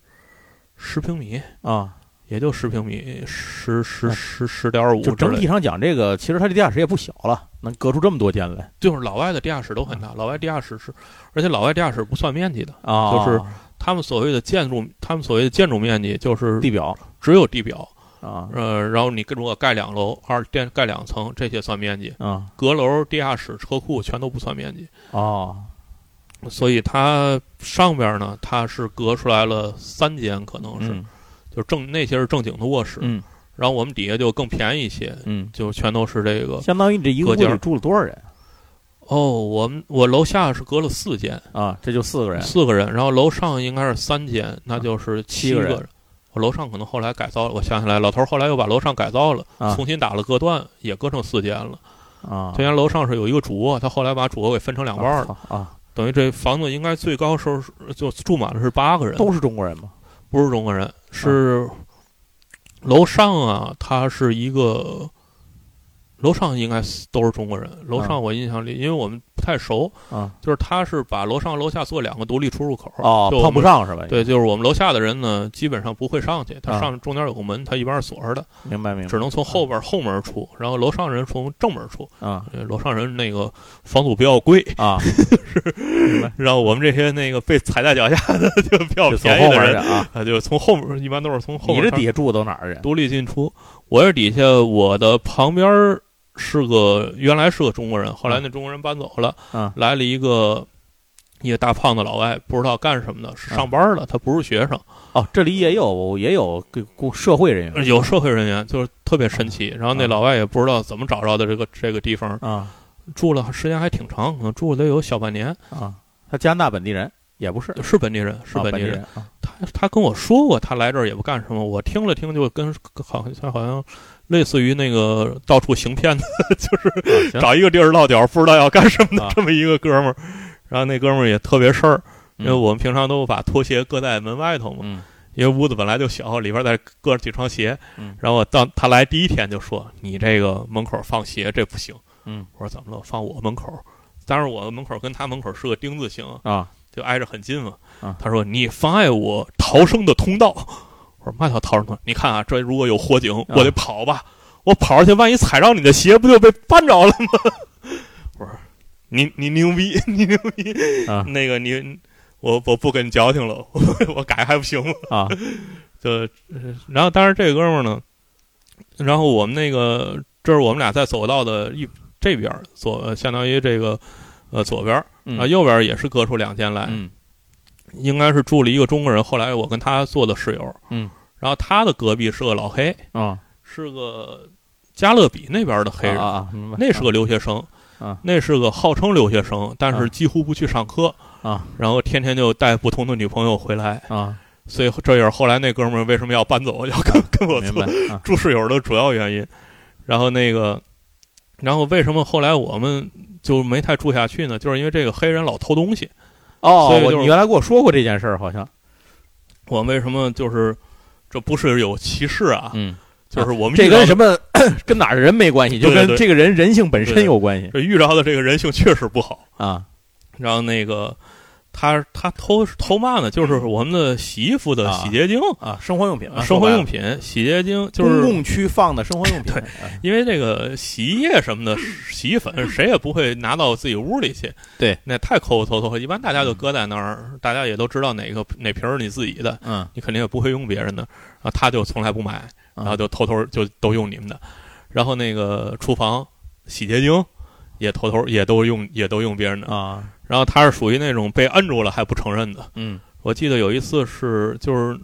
Speaker 2: 十平米，
Speaker 1: 啊，
Speaker 2: 也就十平米，十十
Speaker 1: 那
Speaker 2: 十十点五
Speaker 1: 就
Speaker 2: 之
Speaker 1: 整
Speaker 2: 类
Speaker 1: 体
Speaker 2: 的。
Speaker 1: 上讲，这个其实它这地下室也不小了，能隔出这么多间来
Speaker 2: 就是老外的地下室都很大，老外地下室是，而且老外地下室不算面积的，
Speaker 1: 啊，
Speaker 2: 就是他们所谓的建筑，他们所谓的建筑面积就是
Speaker 1: 地表
Speaker 2: 只有地表，
Speaker 1: 啊
Speaker 2: 呃，然后你跟如果盖两楼，二电盖两层，这些算面积，
Speaker 1: 啊
Speaker 2: 阁楼、地下室、车库全都不算面积。
Speaker 1: 哦
Speaker 2: 所以它上边呢，它是隔出来了三间，可能是，
Speaker 1: 嗯
Speaker 2: 就是正那些是正经的卧室，
Speaker 1: 嗯
Speaker 2: 然后我们底下就更便宜一些，
Speaker 1: 嗯，
Speaker 2: 就全都是这个。
Speaker 1: 相当于你这一个
Speaker 2: 各
Speaker 1: 屋
Speaker 2: 间
Speaker 1: 里
Speaker 2: 儿
Speaker 1: 住了多少人
Speaker 2: 哦，我们我楼下是隔了四间，
Speaker 1: 啊？这就四个人
Speaker 2: 四个人，然后楼上应该是三间，那就是七
Speaker 1: 个
Speaker 2: 个
Speaker 1: 人
Speaker 2: 人。我楼上可能后来改造了，我想起来，老头儿后来又把楼上改造了，
Speaker 1: 啊
Speaker 2: 重新打了隔断，也隔成四间了。
Speaker 1: 啊，
Speaker 2: 团圆楼上是有一个主卧，他后来把主卧给分成两半儿了，
Speaker 1: 啊啊，
Speaker 2: 等于这房子应该最高时候是就住满了是八个人，
Speaker 1: 都是中国人吗？
Speaker 2: 不是中国
Speaker 1: 啊
Speaker 2: 人，是楼上啊，他是一个楼上应该是都是中国人，楼上我印象里，因为我们不太熟，
Speaker 1: 啊，
Speaker 2: 就是他是把楼上楼下做两个独立出入口，
Speaker 1: 哦，
Speaker 2: 就我
Speaker 1: 碰不
Speaker 2: 们
Speaker 1: 上是吧？，
Speaker 2: 对，就是我们楼下的人呢，基本上不会上去，
Speaker 1: 啊
Speaker 2: 他上中间有个门，他一般是锁着的，
Speaker 1: 明白明嗯白
Speaker 2: 只能从后边后门出，然后楼上人从正门出。
Speaker 1: 啊
Speaker 2: 呃楼上人那个房租比较贵，
Speaker 1: 啊，
Speaker 2: 然后我们这些那个被踩在脚下的 就比较
Speaker 1: 就走
Speaker 2: 便
Speaker 1: 后
Speaker 2: 宜的
Speaker 1: 门去
Speaker 2: 人，
Speaker 1: 啊。
Speaker 2: 啊，就是从后门，一般都是从 后
Speaker 1: 你
Speaker 2: 门
Speaker 1: 这
Speaker 2: 开始
Speaker 1: 底下住的都哪儿人？
Speaker 2: 独立进出。我是底下，我的旁边儿是个原来是个中国人，后来那中国人搬走了，
Speaker 1: 嗯
Speaker 2: 来了一个一个大胖子老外，不知道干什么的，是上班的，他不是学生。
Speaker 1: 哦，这里也有也有个雇社会人员
Speaker 2: 有社会人员，就是特别神奇。然后那
Speaker 1: 啊
Speaker 2: 老外也不知道怎么找着的这个这个地方，
Speaker 1: 啊
Speaker 2: 住了时间还挺长，可能住了得有小半年。
Speaker 1: 啊，他加拿大本地人也不是，
Speaker 2: 是本地人，是
Speaker 1: 啊
Speaker 2: 本
Speaker 1: 本
Speaker 2: 地人。
Speaker 1: 人啊
Speaker 2: 他他跟我说过，他来这儿也不干什么。我听了听，就跟好像他好像类似于那个到处行骗的，就是
Speaker 1: 啊 行
Speaker 2: 找一个地儿落脚，不知道要干什么的
Speaker 1: 啊
Speaker 2: 这么一个哥们儿。然后那哥们儿也特别事儿，因为
Speaker 1: 嗯
Speaker 2: 我们平常都把拖鞋搁在门外头嘛，
Speaker 1: 嗯
Speaker 2: 因为屋子本来就小，里边再搁几双鞋
Speaker 1: 嗯。
Speaker 2: 然后我到他来第一天就说：“你这个门口放鞋这不行。”
Speaker 1: 嗯，
Speaker 2: 我说怎么了？放我门口？当然我门口跟他门口是个丁字形，
Speaker 1: 啊
Speaker 2: 就挨着很近嘛。
Speaker 1: 啊
Speaker 2: 他说你妨碍我逃生的通道。我说嘛叫逃生通道？你看啊，这如果有火警，我得跑吧。我跑上去，万一踩着你的鞋，不就被绊着了吗？ 我说你你牛逼，你牛逼。
Speaker 1: 啊
Speaker 2: 那个你我我不跟你矫情了， 我我改还不行吗？
Speaker 1: 啊
Speaker 2: 就呃然后当时这哥们儿呢，然后我们那个这是我们俩在走道的一这边儿左，呃相当于这个呃左边儿，
Speaker 1: 嗯
Speaker 2: 然后右边儿也是隔出两间来，
Speaker 1: 嗯
Speaker 2: 应该是住了一个中国人，后来我跟他做的室友，
Speaker 1: 嗯，
Speaker 2: 然后他的隔壁是个老黑，
Speaker 1: 啊
Speaker 2: 是个加勒比那边的黑人，
Speaker 1: 啊啊，明白
Speaker 2: 那是个留学生，
Speaker 1: 啊
Speaker 2: 那是个号称留学生，但
Speaker 1: 啊
Speaker 2: 是几乎不去上课
Speaker 1: 啊，
Speaker 2: 然后天天就带不同的女朋友回来，
Speaker 1: 啊，
Speaker 2: 所以这也是后来那哥们儿为什么要搬走，要跟跟我
Speaker 1: 明
Speaker 2: 做
Speaker 1: 白啊
Speaker 2: 住室友的主要原因。然后那个，然后为什么后来我们就没太住下去呢？就是因为这个黑人老偷东西。
Speaker 1: 哦，
Speaker 2: 所以
Speaker 1: 我
Speaker 2: 就是
Speaker 1: 你原来跟我说过这件事儿，好像
Speaker 2: 我为什么就是这不是有歧视啊？
Speaker 1: 嗯，
Speaker 2: 就是我们
Speaker 1: 这
Speaker 2: 遇到
Speaker 1: 跟
Speaker 2: 的
Speaker 1: 什么跟哪儿的人没关系，就
Speaker 2: 对对
Speaker 1: 跟
Speaker 2: 对
Speaker 1: 这个人人性本身有关系
Speaker 2: 这遇到的这个人性确实不好。
Speaker 1: 啊
Speaker 2: 然后那个他他偷偷嘛呢？就是我们的洗衣服的
Speaker 1: 啊
Speaker 2: 洗洁精、
Speaker 1: 啊，生活用品
Speaker 2: 生活用品、洗洁精，就
Speaker 1: 公
Speaker 2: 是
Speaker 1: 共区放的生活用品，啊
Speaker 2: 对因为这个洗衣液什么的，洗衣粉谁也不会拿到自己屋里去。
Speaker 1: 嗯对，嗯
Speaker 2: 那太抠抠搜搜了，一般大家就搁在那儿，大家也都知道哪个哪瓶儿是你自己的，
Speaker 1: 嗯，
Speaker 2: 你肯定也不会用别人的。然后他就从来不买，然后就偷偷就都用你们的，然后那个厨房洗洁精也偷偷也都用也都用别人的，
Speaker 1: 啊，
Speaker 2: 然后他是属于那种被摁住了还不承认的。
Speaker 1: 嗯
Speaker 2: 我记得有一次是就是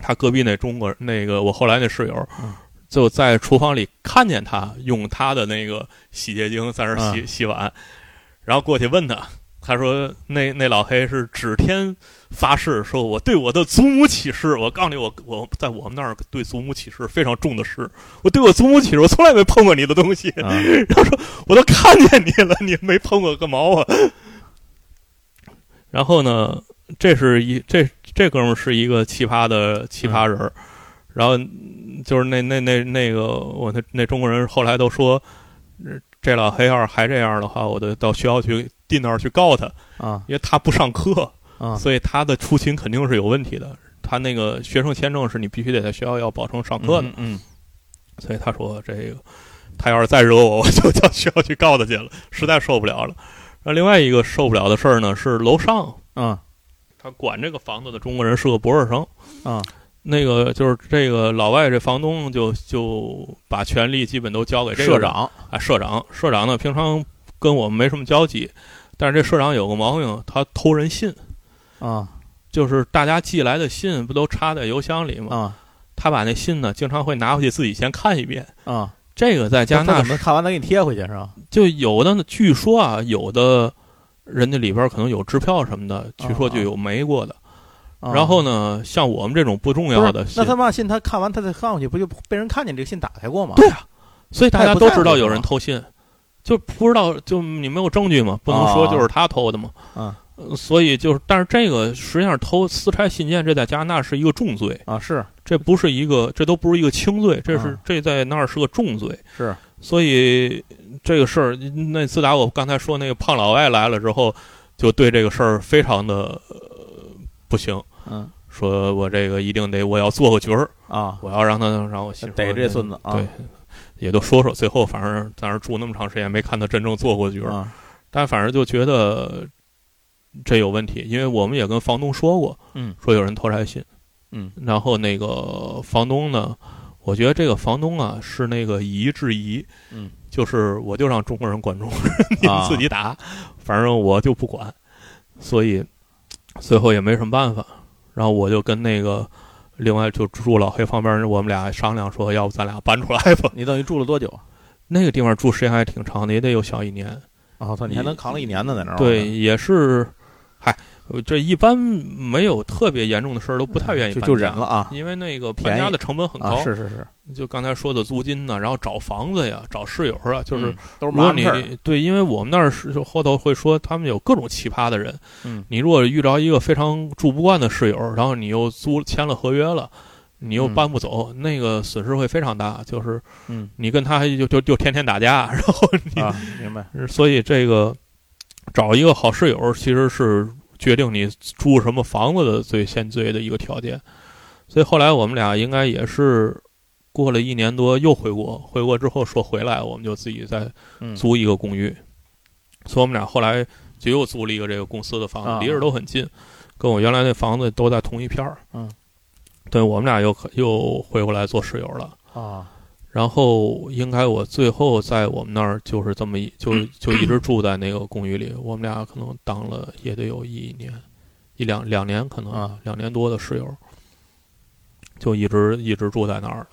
Speaker 2: 他隔壁那中国人那个我后来那室友
Speaker 1: 嗯。
Speaker 2: 就在厨房里看见他用他的那个洗洁精在那儿洗、
Speaker 1: 嗯
Speaker 2: 洗碗，然后过去问他，他说那那老黑是指天发誓，说我对我的祖母起誓，我告诉你，我我在我们那儿对祖母起誓非常重的誓，我对我祖母起誓，我从来没碰过你的东西，
Speaker 1: 啊
Speaker 2: 然后说我都看见你了，你没碰过个毛啊！然后呢，这是一这这哥们儿是一个奇葩的奇葩人儿，然后嗯就是那那那那个我那那中国人后来都说，呃这老黑要是还这样的话，我得到学校去地那儿去告他，
Speaker 1: 啊
Speaker 2: 因为他不上课，
Speaker 1: 啊
Speaker 2: 所以他的出勤肯定是有问题的。他那个学生签证是你必须得在学校要保证上课的，
Speaker 1: 嗯嗯
Speaker 2: 所以他说这个，他要是再惹我，我 就叫学校去告他去了，实在受不了了。然后另外一个受不了的事儿呢，是楼上
Speaker 1: 啊
Speaker 2: 他管这个房子的中国人是个博士生，
Speaker 1: 啊
Speaker 2: 那个就是这个老外这房东就就把权力基本都交给这个
Speaker 1: 社
Speaker 2: 人
Speaker 1: 长
Speaker 2: 啊，社长，社长呢平常跟我们没什么交集，但是这社长有个毛病，他偷人信，
Speaker 1: 啊
Speaker 2: 就是大家寄来的信不都插在邮箱里吗？
Speaker 1: 啊
Speaker 2: 他把那信呢经常会拿回去自己先看一遍。
Speaker 1: 啊，
Speaker 2: 这个在加拿
Speaker 1: 他
Speaker 2: 大
Speaker 1: 怎么看完再给你贴回去是吧？
Speaker 2: 就有的呢，据说啊，有的人家里边可能有支票什么
Speaker 1: 哦
Speaker 2: 的，据说就有没过的。
Speaker 1: 啊
Speaker 2: 然后呢，像我们这种不重要的
Speaker 1: 不是
Speaker 2: 信
Speaker 1: 那，他妈信他看完他再放回去，不就被人看见这个信打开过吗？
Speaker 2: 对啊，所以大
Speaker 1: 他
Speaker 2: 家
Speaker 1: 也不在
Speaker 2: 都
Speaker 1: 乎
Speaker 2: 知道
Speaker 1: 是
Speaker 2: 有
Speaker 1: 吗
Speaker 2: 人偷信，就不知道，就你没有证据嘛，不能
Speaker 1: 哦
Speaker 2: 说就是他偷的嘛。
Speaker 1: 啊
Speaker 2: 呃所以就是，但是这个实际上偷私拆信件，这在加拿大是一个重罪，
Speaker 1: 啊，是
Speaker 2: 这不是一个，这都不是一个轻罪，这是、
Speaker 1: 啊
Speaker 2: 这在那儿是个重罪。
Speaker 1: 是，
Speaker 2: 所以这个事儿，那自打我刚才说那个胖老外来了之后，就对这个事儿非常的、呃、不行，
Speaker 1: 嗯
Speaker 2: 说我这个一定得我要做个角儿，
Speaker 1: 啊，
Speaker 2: 我要让他让我媳妇儿
Speaker 1: 逮这孙子啊，
Speaker 2: 对，也都说说，最后反正在那儿住那么长时间，没看他真正做过角儿，
Speaker 1: 啊
Speaker 2: 但反正就觉得这有问题，因为我们也跟房东说过，
Speaker 1: 嗯
Speaker 2: 说有人偷拆信，
Speaker 1: 嗯
Speaker 2: 然后那个房东呢，我觉得这个房东啊是那个以夷制夷，
Speaker 1: 嗯，
Speaker 2: 就是我就让中国人管中国人，你 们
Speaker 1: 啊
Speaker 2: 自己打，反正我就不管，所以最后也没什么办法，然后我就跟那个。另外，就住老黑方边儿，我们俩商量说，要不咱俩搬出来吧？
Speaker 1: 你等于住了多久？
Speaker 2: 那个地方住时间还挺长的，也得有小一年。
Speaker 1: 啊，操，你还能扛了一年呢，在那儿
Speaker 2: 对，也是，嗨，呃这一般没有特别严重的事儿，都不太愿意
Speaker 1: 就
Speaker 2: 搬
Speaker 1: 就忍
Speaker 2: 家，
Speaker 1: 了啊
Speaker 2: 因为那个
Speaker 1: 便
Speaker 2: 搬
Speaker 1: 宜
Speaker 2: 家的成本很高。
Speaker 1: 啊，是是是，
Speaker 2: 就刚才说的租金呐，然后找房子呀，找室友啊，就是
Speaker 1: 嗯都
Speaker 2: 如
Speaker 1: 是麻烦
Speaker 2: 果
Speaker 1: 事儿，
Speaker 2: 你对，因为我们那儿是就后头会说他们有各种奇葩的人，
Speaker 1: 嗯
Speaker 2: 你如果遇着一个非常住不惯的室友，然后你又租签了合约了。你又
Speaker 1: 嗯
Speaker 2: 搬不走，那个损失会非常大。就是
Speaker 1: 嗯
Speaker 2: 你跟他还就就就天天打架，然后你
Speaker 1: 啊，明白
Speaker 2: 所以这个找一个好室友，其实是决定你住什么房子的最先最的一个条件。所以后来我们俩应该也是过了一年多又回国，回国之后说回来，我们就自己再
Speaker 1: 嗯
Speaker 2: 租一个公寓。所以我们俩后来就又租了一个这个公司的房
Speaker 1: 啊
Speaker 2: 子，离着都很近，跟我原来那房子都在同一片儿。
Speaker 1: 嗯，
Speaker 2: 对我们俩又可又回过来做室友了。
Speaker 1: 啊，
Speaker 2: 然后应该我最后在我们那儿就是这么一就
Speaker 1: 嗯
Speaker 2: 就一直住在那个公寓里，我们俩可能当了也得有一年，一两两年可能、
Speaker 1: 啊
Speaker 2: 两年多的室友，就一直一直住在那儿了。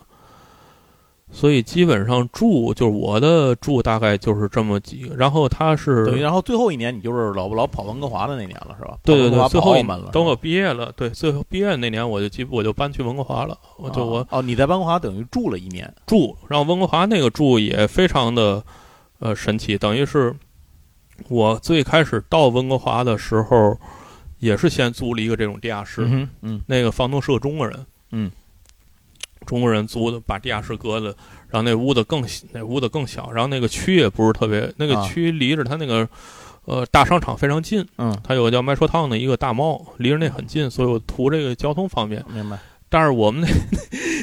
Speaker 2: 所以基本上住就是我的住大概就是这么几个，然后他是
Speaker 1: 等于然后最后一年你就是老老跑温哥华的那年了是吧？
Speaker 2: 对
Speaker 1: 跑
Speaker 2: 对
Speaker 1: 温哥
Speaker 2: 对，
Speaker 1: 华
Speaker 2: 最
Speaker 1: 跑
Speaker 2: 后一
Speaker 1: 澳门了是吧，
Speaker 2: 等我毕业了，对，最后毕业那年我就基我就搬去温哥华了，我就
Speaker 1: 啊
Speaker 2: 我
Speaker 1: 哦，你在温哥华等于住了一年，
Speaker 2: 住，然后温哥华那个住也非常的呃神奇，等于是我最开始到温哥华的时候，也是先租了一个这种地下室，
Speaker 1: 嗯嗯
Speaker 2: 那个房东是个中国人，
Speaker 1: 嗯，
Speaker 2: 中国人租的，把地下室隔了，然后那屋子更小那屋子更小，然后那个区也不是特别，那个
Speaker 1: 啊
Speaker 2: 区离着他那个。呃，大商场非常近，
Speaker 1: 嗯，
Speaker 2: 它有个叫麦说烫的一个大猫，离着那很近，所以我图这个交通方便。
Speaker 1: 明白
Speaker 2: 但是我们那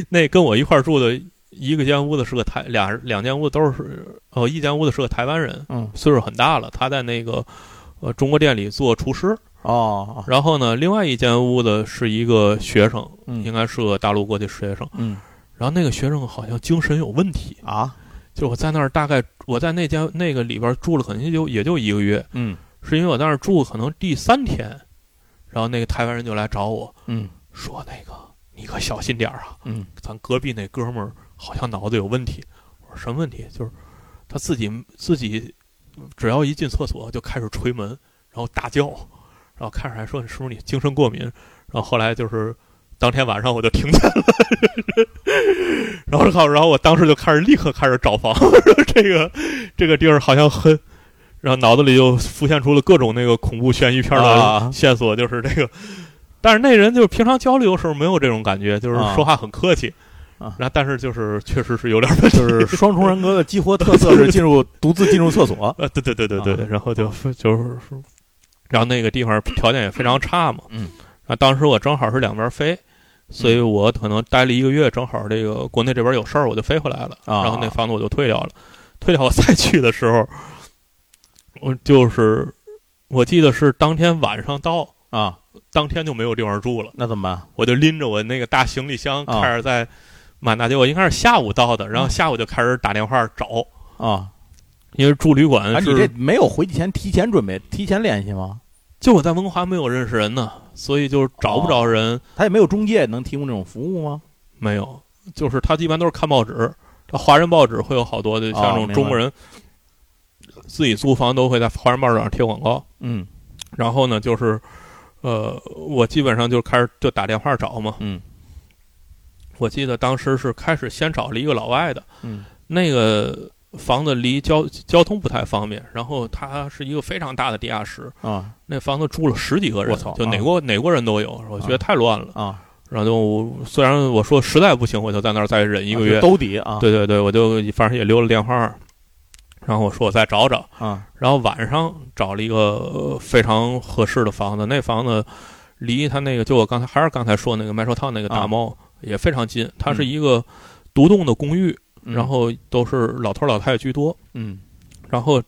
Speaker 2: 那跟我一块儿住的一个间屋子是个台俩两间屋子都是哦一间屋子是个台湾人，
Speaker 1: 嗯
Speaker 2: 岁数很大了，他在那个呃中国店里做厨师。
Speaker 1: 哦，
Speaker 2: 然后呢，另外一间屋子是一个学生，应
Speaker 1: 嗯
Speaker 2: 该是个大陆过去学生。
Speaker 1: 嗯
Speaker 2: 然后那个学生好像精神有问题，
Speaker 1: 啊
Speaker 2: 就我在那儿大概我在那间那个里边住了，可能就也就一个月，
Speaker 1: 嗯
Speaker 2: 是因为我在那儿住可能第三天，然后那个台湾人就来找我
Speaker 1: 嗯
Speaker 2: 说那个你可小心点儿啊。
Speaker 1: 嗯
Speaker 2: 咱隔壁那哥们儿好像脑子有问题。我说什么问题？就是他自己自己，只要一进厕所就开始捶门，然后大叫，然后开始还说你是不是你精神过敏？然后后来就是当天晚上我就停电了，然后靠，然后我当时就开始立刻开始找房， 我说这个这个地儿好像很。然后脑子里就浮现出了各种那个恐怖悬疑片
Speaker 1: 啊
Speaker 2: 的线索，就是这个。但是那人就是平常交流的时候没有这种感觉，就是
Speaker 1: 啊
Speaker 2: 说话很客气，
Speaker 1: 啊
Speaker 2: 然后但是就是确实是有点 问题，
Speaker 1: 就是双重人格的激活特色是进入独自进入厕所，
Speaker 2: 呃，对对对对对，
Speaker 1: 啊
Speaker 2: 然后就就是，然后那个地方条件也非常差嘛，
Speaker 1: 嗯，
Speaker 2: 然后当时我正好是两边飞，所以我可能待了一个月，正好这个国内这边有事儿，我就飞回来了，
Speaker 1: 啊
Speaker 2: 然后那房子我就退掉了，退掉我再去的时候，我就是我记得是当天晚上到，
Speaker 1: 啊，
Speaker 2: 当天就没有地方住了。
Speaker 1: 那怎么办？
Speaker 2: 我就拎着我那个大行李箱，
Speaker 1: 啊
Speaker 2: 开始在满大街。我应该是下午到的，然后下午就开始打电话找，
Speaker 1: 啊，
Speaker 2: 啊因为住旅馆
Speaker 1: 啊，你
Speaker 2: 是、
Speaker 1: 这没有回去前提前准备、提前联系吗？
Speaker 2: 就我在温哥华没有认识人呢，所以就是找不着人，
Speaker 1: 他也没有中介能提供这种服务吗？
Speaker 2: 没有，就是他一般都是看报纸，他华人报纸会有好多的，像
Speaker 1: 哦
Speaker 2: 这种中国人自己租房都会在华人报纸上贴广告。
Speaker 1: 嗯
Speaker 2: 然后呢，就是呃，我基本上就开始就打电话找嘛。
Speaker 1: 嗯
Speaker 2: 我记得当时是开始先找了一个老外的，
Speaker 1: 嗯
Speaker 2: 那个房子离交交通不太方便，然后它是一个非常大的地下室，
Speaker 1: 啊
Speaker 2: 那房子住了十几个人
Speaker 1: 我操，
Speaker 2: 就哪
Speaker 1: 啊
Speaker 2: 国哪国人都有，我觉得太乱了。
Speaker 1: 啊，
Speaker 2: 然后就我虽然我说实在不行，我就在那儿再忍一个
Speaker 1: 啊就，
Speaker 2: 月
Speaker 1: 兜底啊，
Speaker 2: 对对对，我就反正也留了电话，然后我说我再找找，
Speaker 1: 啊
Speaker 2: 然后晚上找了一个呃非常合适的房子，那房子离他那个就我刚才还是刚才说那个麦寿烫那个
Speaker 1: 啊
Speaker 2: 大猫、也非常近，它是一个独栋的公寓，
Speaker 1: 嗯
Speaker 2: 然后都是老头老太太居多，
Speaker 1: 嗯
Speaker 2: 然后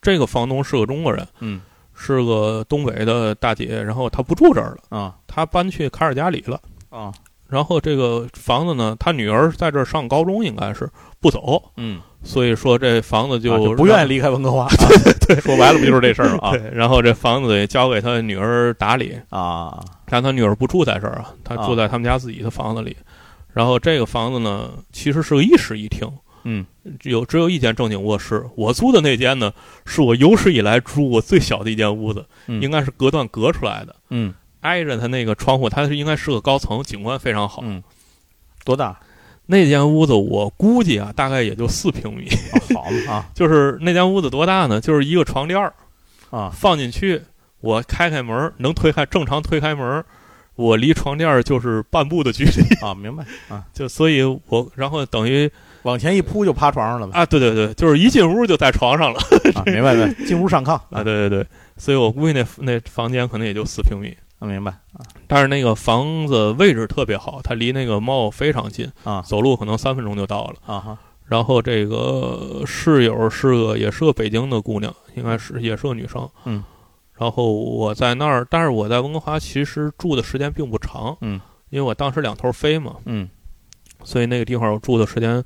Speaker 2: 这个房东是个中国人，
Speaker 1: 嗯
Speaker 2: 是个东北的大姐，然后她不住这儿了，
Speaker 1: 啊
Speaker 2: 她搬去卡尔加里了。
Speaker 1: 啊
Speaker 2: 然后这个房子呢，她女儿在这儿上高中，应该是不走，
Speaker 1: 嗯，
Speaker 2: 所以说这房子就,、
Speaker 1: 啊不愿意离开温哥 华，啊说白了不啊就是这事儿吗？
Speaker 2: 对，然后这房子得交给他女儿打理，
Speaker 1: 啊啊
Speaker 2: 但他女儿不住在这儿啊，他
Speaker 1: 啊
Speaker 2: 住在他们家自己的房子里。然后这个房子呢，其实是个一室一厅，
Speaker 1: 嗯
Speaker 2: 有只有一间正经卧室。我租的那间呢，是我有史以来住过最小的一间屋子，
Speaker 1: 嗯
Speaker 2: 应该是隔断隔出来的，
Speaker 1: 嗯
Speaker 2: 挨着它那个窗户，它是应该是个高层，景观非常好。
Speaker 1: 嗯，多大？ 啊
Speaker 2: 那间屋子我估计啊，大概也就四平米，
Speaker 1: 啊好嘛啊
Speaker 2: 就是那间屋子多大呢？就是一个床垫儿，
Speaker 1: 啊
Speaker 2: 放进去，我开开门儿，能推开正常推开门儿，我离床垫儿就是半步的距离，
Speaker 1: 啊，明白啊，
Speaker 2: 就所以我然后等于
Speaker 1: 往前一扑就趴床上了呗，
Speaker 2: 啊，对对对，就是一进屋就在 床上了
Speaker 1: 啊明白明白，进屋上炕
Speaker 2: 啊，
Speaker 1: 啊，
Speaker 2: 对对对，所以我估计那那房间可能也就四平米，
Speaker 1: 啊明白
Speaker 2: 但是那个房子位置特别好，它离那个猫非常近，
Speaker 1: 啊
Speaker 2: 走路可能三分钟就到了。
Speaker 1: 啊哈
Speaker 2: 然后这个室友是个也是个北京的姑娘，应该是也是个女生。
Speaker 1: 嗯。
Speaker 2: 然后我在那儿，但是我在温哥华其实住的时间并不长。
Speaker 1: 嗯。
Speaker 2: 因为我当时两头飞嘛，
Speaker 1: 嗯
Speaker 2: 所以那个地方我住的时间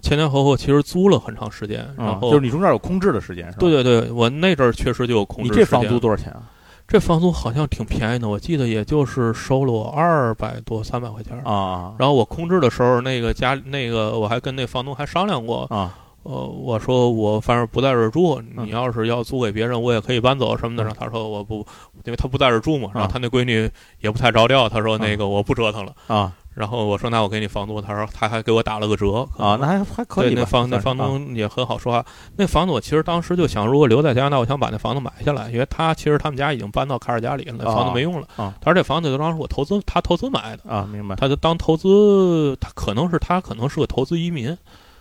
Speaker 2: 前前后后其实租了很长时间。
Speaker 1: 啊
Speaker 2: 然后、
Speaker 1: 就是你中间有空置的时间是吧？
Speaker 2: 对对对，我那阵儿确实就有
Speaker 1: 啊
Speaker 2: 空
Speaker 1: 你
Speaker 2: 置
Speaker 1: 这
Speaker 2: 时间
Speaker 1: 房租多少钱啊？
Speaker 2: 这房租好像挺便宜的，我记得也就是收了我二百多三百块钱。
Speaker 1: 啊
Speaker 2: 然后我空置的时候，那个家那个我还跟那房东还商量过，
Speaker 1: 啊
Speaker 2: 呃，我说我反正不在这儿住，
Speaker 1: 嗯
Speaker 2: 你要是要租给别人，我也可以搬走什么的。
Speaker 1: 嗯
Speaker 2: 然后他说我不，因为他不在这儿住嘛。然后
Speaker 1: 啊
Speaker 2: 他那闺女也不太着调，他说那个我不折腾了。
Speaker 1: 啊
Speaker 2: 然后我说那我给你房租，他说他还给我打了个折
Speaker 1: 啊，那还还可
Speaker 2: 对
Speaker 1: 以吧，
Speaker 2: 那房那
Speaker 1: 算是
Speaker 2: 房
Speaker 1: 啊
Speaker 2: 东也很好说话。那房子我其实当时就想，如果留在加拿大，我想把那房子买下来，因为他其实他们家已经搬到卡尔加里了，那房子
Speaker 1: 啊
Speaker 2: 没用了。
Speaker 1: 啊
Speaker 2: 他说这房子就当是我投资，他投资买的，
Speaker 1: 啊，明白
Speaker 2: 他就当投资，他可能是他可能是个投资移民。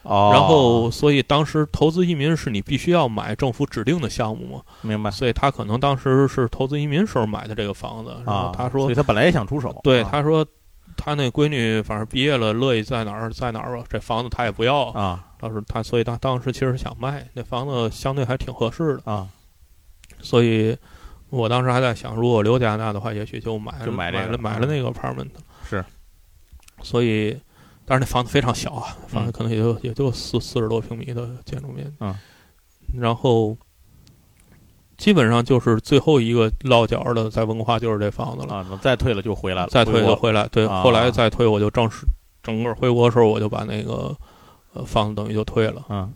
Speaker 1: 哦，
Speaker 2: 然后，所以当时投资移民是你必须要买政府指定的项目嘛，
Speaker 1: 明白
Speaker 2: 所以他可能当时是投资移民时候买的这个房子。然后
Speaker 1: 啊，
Speaker 2: 他
Speaker 1: 所
Speaker 2: 说
Speaker 1: 以，他本来也想出手，
Speaker 2: 对，
Speaker 1: 啊
Speaker 2: 他说他那闺女反正毕业了，乐意在哪儿在哪儿吧，这房子他也不要。
Speaker 1: 啊
Speaker 2: 当时他，所以他当时其实想卖那房子，相对还挺合适的。
Speaker 1: 啊
Speaker 2: 所以我当时还在想，如果留加拿大的话，也许就买了
Speaker 1: 就买这个嗯
Speaker 2: 了买了那个 apartment。
Speaker 1: 是，
Speaker 2: 所以，但是那房子非常小啊，房子可能也就、也就四四十多平米的建筑面积。
Speaker 1: 嗯
Speaker 2: 然后基本上就是最后一个落脚的在文化就是这房子了，
Speaker 1: 啊，那再退了就回来了，
Speaker 2: 再退
Speaker 1: 回
Speaker 2: 就
Speaker 1: 国
Speaker 2: 回来。对，
Speaker 1: 啊
Speaker 2: 后来再退我就正式整个回国的时候，我就把那个呃房子等于就退了。
Speaker 1: 嗯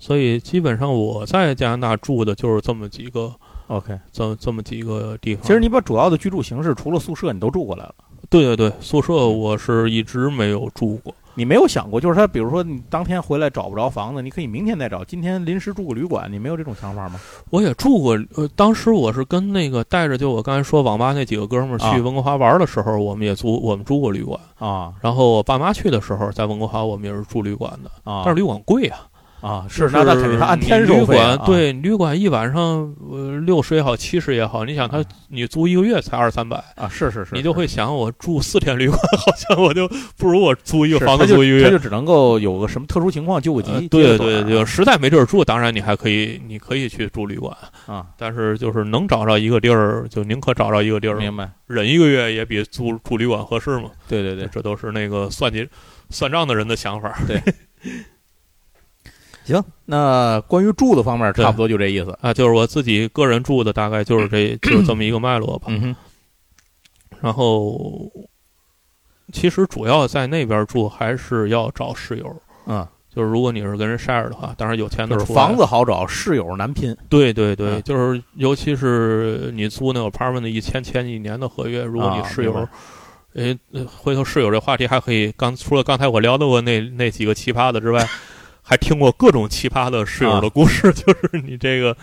Speaker 2: 所以基本上我在加拿大住的就是这么几个，
Speaker 1: ，OK，
Speaker 2: 这这么几个地方。
Speaker 1: 其实你把主要的居住形式除了宿舍，你都住过来了。
Speaker 2: 对对对，宿舍我是一直没有住过。
Speaker 1: 你没有想过，就是他，比如说你当天回来找不着房子，你可以明天再找，今天临时住个旅馆，你没有这种想法吗？
Speaker 2: 我也住过，呃，当时我是跟那个带着就我刚才说网吧那几个哥们儿
Speaker 1: 啊
Speaker 2: 去温哥华玩的时候，我们也租我们住过旅馆。
Speaker 1: 啊
Speaker 2: 然后我爸妈去的时候，在温哥华我们也是住旅馆的，
Speaker 1: 啊
Speaker 2: 但是旅馆贵啊，
Speaker 1: 啊，
Speaker 2: 就是
Speaker 1: 那他肯定他按天收
Speaker 2: 旅
Speaker 1: 费
Speaker 2: 馆
Speaker 1: 啊，
Speaker 2: 对旅馆一晚上呃六十也好，七十也好，你想他
Speaker 1: 啊
Speaker 2: 你租一个月才二三百，
Speaker 1: 啊，是是是，
Speaker 2: 你就是会想我住四天旅馆，好像我就不如我租一个
Speaker 1: 是
Speaker 2: 房子
Speaker 1: 他就
Speaker 2: 租一个
Speaker 1: 他
Speaker 2: 月。
Speaker 1: 就只能够有个什么特殊情况救个急
Speaker 2: 呃，
Speaker 1: 接
Speaker 2: 对
Speaker 1: 着
Speaker 2: 对
Speaker 1: 走啊
Speaker 2: 对，实在没地儿住，当然你还可以，你可以去住旅馆，
Speaker 1: 啊，
Speaker 2: 但是就是能找着一个地儿，就宁可找着一个地儿，
Speaker 1: 明白？
Speaker 2: 忍一个月也比住住旅馆合适嘛。
Speaker 1: 对对对，
Speaker 2: 这都是那个算计算账的人的想法。
Speaker 1: 行，那关于住的方面，差不多就这意思。
Speaker 2: 啊，就是我自己个人住的，大概就是这就这么一个脉络吧。
Speaker 1: 嗯哼，
Speaker 2: 然后，其实主要在那边住还是要找室友，
Speaker 1: 嗯，
Speaker 2: 就是如果你是跟人 share 的话，当然有钱的
Speaker 1: 就是
Speaker 2: 除外
Speaker 1: 房，子好找，室友难拼
Speaker 2: 对对对，
Speaker 1: 嗯
Speaker 2: 就是尤其是你租那个 apartment 的一签签一年的合约，如果
Speaker 1: 啊
Speaker 2: 你室友哎
Speaker 1: 明白。
Speaker 2: 诶， 呃回头室友这话题还可以，刚除了刚才我聊到过那那几个奇葩的之外，还听过各种奇葩的室友
Speaker 1: 啊
Speaker 2: 的故事， 就是你这个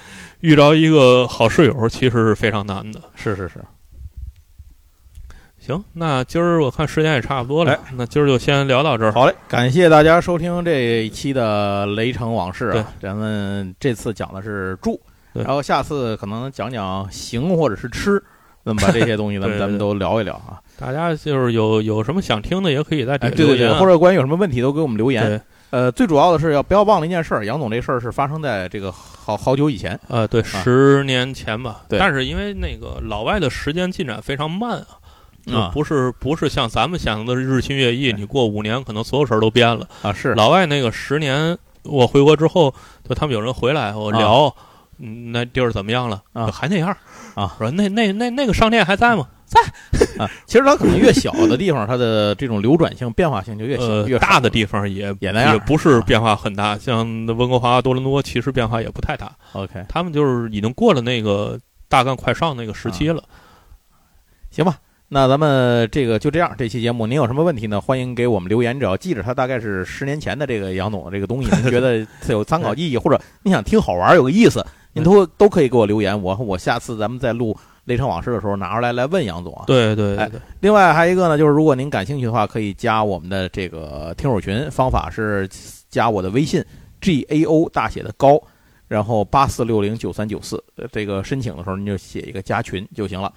Speaker 2: 遇着一个好室友其实是非常难的。
Speaker 1: 是是是，
Speaker 2: 行，那今儿我看时间也差不多了，
Speaker 1: 哎
Speaker 2: 那今儿就先聊到这儿。
Speaker 1: 好嘞，感谢大家收听这一期的《雷城往事》
Speaker 2: 对
Speaker 1: 啊，咱们这次讲的是住，
Speaker 2: 对
Speaker 1: 然后下次可能讲讲行或者是吃，那么把这些东西咱
Speaker 2: 对
Speaker 1: 们
Speaker 2: 对
Speaker 1: 咱们都聊一聊啊，
Speaker 2: 大家就是有有什么想听的，也可以在底
Speaker 1: 哎，
Speaker 2: 下
Speaker 1: 对
Speaker 2: 留
Speaker 1: 对
Speaker 2: 言
Speaker 1: 对，
Speaker 2: 啊、
Speaker 1: 或者关于有什么问题都给我们留言。
Speaker 2: 对
Speaker 1: 呃，最主要的是要不要忘了一件事儿，杨总这事儿是发生在这个好好久以前，
Speaker 2: 呃，对，
Speaker 1: 啊
Speaker 2: 十年前吧。
Speaker 1: 对
Speaker 2: 但是因为那个老外的时间进展非常慢啊，就
Speaker 1: 啊
Speaker 2: 不是不是像咱们想的日新月异，
Speaker 1: 对
Speaker 2: 你过五年可能所有事儿都变了。
Speaker 1: 啊是
Speaker 2: 老外那个十年，我回国之后，就他们有人回来，我
Speaker 1: 啊
Speaker 2: 聊，嗯，那地儿怎么样了？
Speaker 1: 啊
Speaker 2: 就还那样儿
Speaker 1: 啊。
Speaker 2: 我说那那那那个商店还在吗？
Speaker 1: 啊，其实它可能越小的地方，它的这种流转性、变化性就越小，
Speaker 2: 呃
Speaker 1: 越，少
Speaker 2: 大的地方也
Speaker 1: 也那样
Speaker 2: 也不是变化很大。像温哥华、多伦多，其实变化也不太大。
Speaker 1: OK，
Speaker 2: 他们就是已经过了那个大干快上那个时期了。
Speaker 1: 啊哎行吧。那咱们这个就这样，这期节目您有什么问题呢？欢迎给我们留言，只要记着它大概是十年前的这个杨总的这个东西，您觉得它有参考意义，或者你想听好玩儿有个意思，您都都可以给我留言。我我下次咱们再录《雷城往事》的时候拿出来来问杨总啊。
Speaker 2: 对对对
Speaker 1: 哎
Speaker 2: 对，
Speaker 1: 另外还有一个呢，就是如果您感兴趣的话，可以加我们的这个听友群，方法是加我的微信 G A O 大写的高，然后八四六零九三九四，呃这个申请的时候您就写一个加群就行了。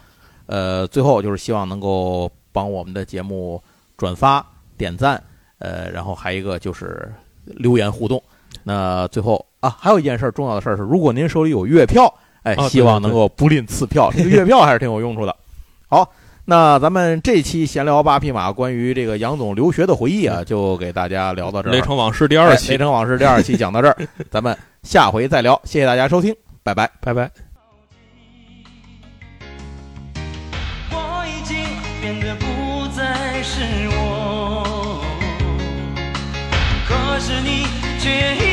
Speaker 1: 呃，最后就是希望能够帮我们的节目转发、点赞，呃，然后还有一个就是留言互动。那最后啊，还有一件事儿重要的事儿是，如果您手里有月票，哎
Speaker 2: 啊，对
Speaker 1: 希望
Speaker 2: 对
Speaker 1: 能够不吝赐票，这个月票还是挺有用处的。好，那咱们这期闲聊八匹马，关于这个杨总留学的回忆啊，就给大家聊到这儿。
Speaker 2: 嗯雷城往事》第
Speaker 1: 哎
Speaker 2: 二
Speaker 1: 雷
Speaker 2: 期，
Speaker 1: 城往事第二期讲到这儿， 咱们下回再聊。谢谢大家收听，拜拜。
Speaker 2: 拜拜。
Speaker 3: 我已经变得不再是我，可是你却。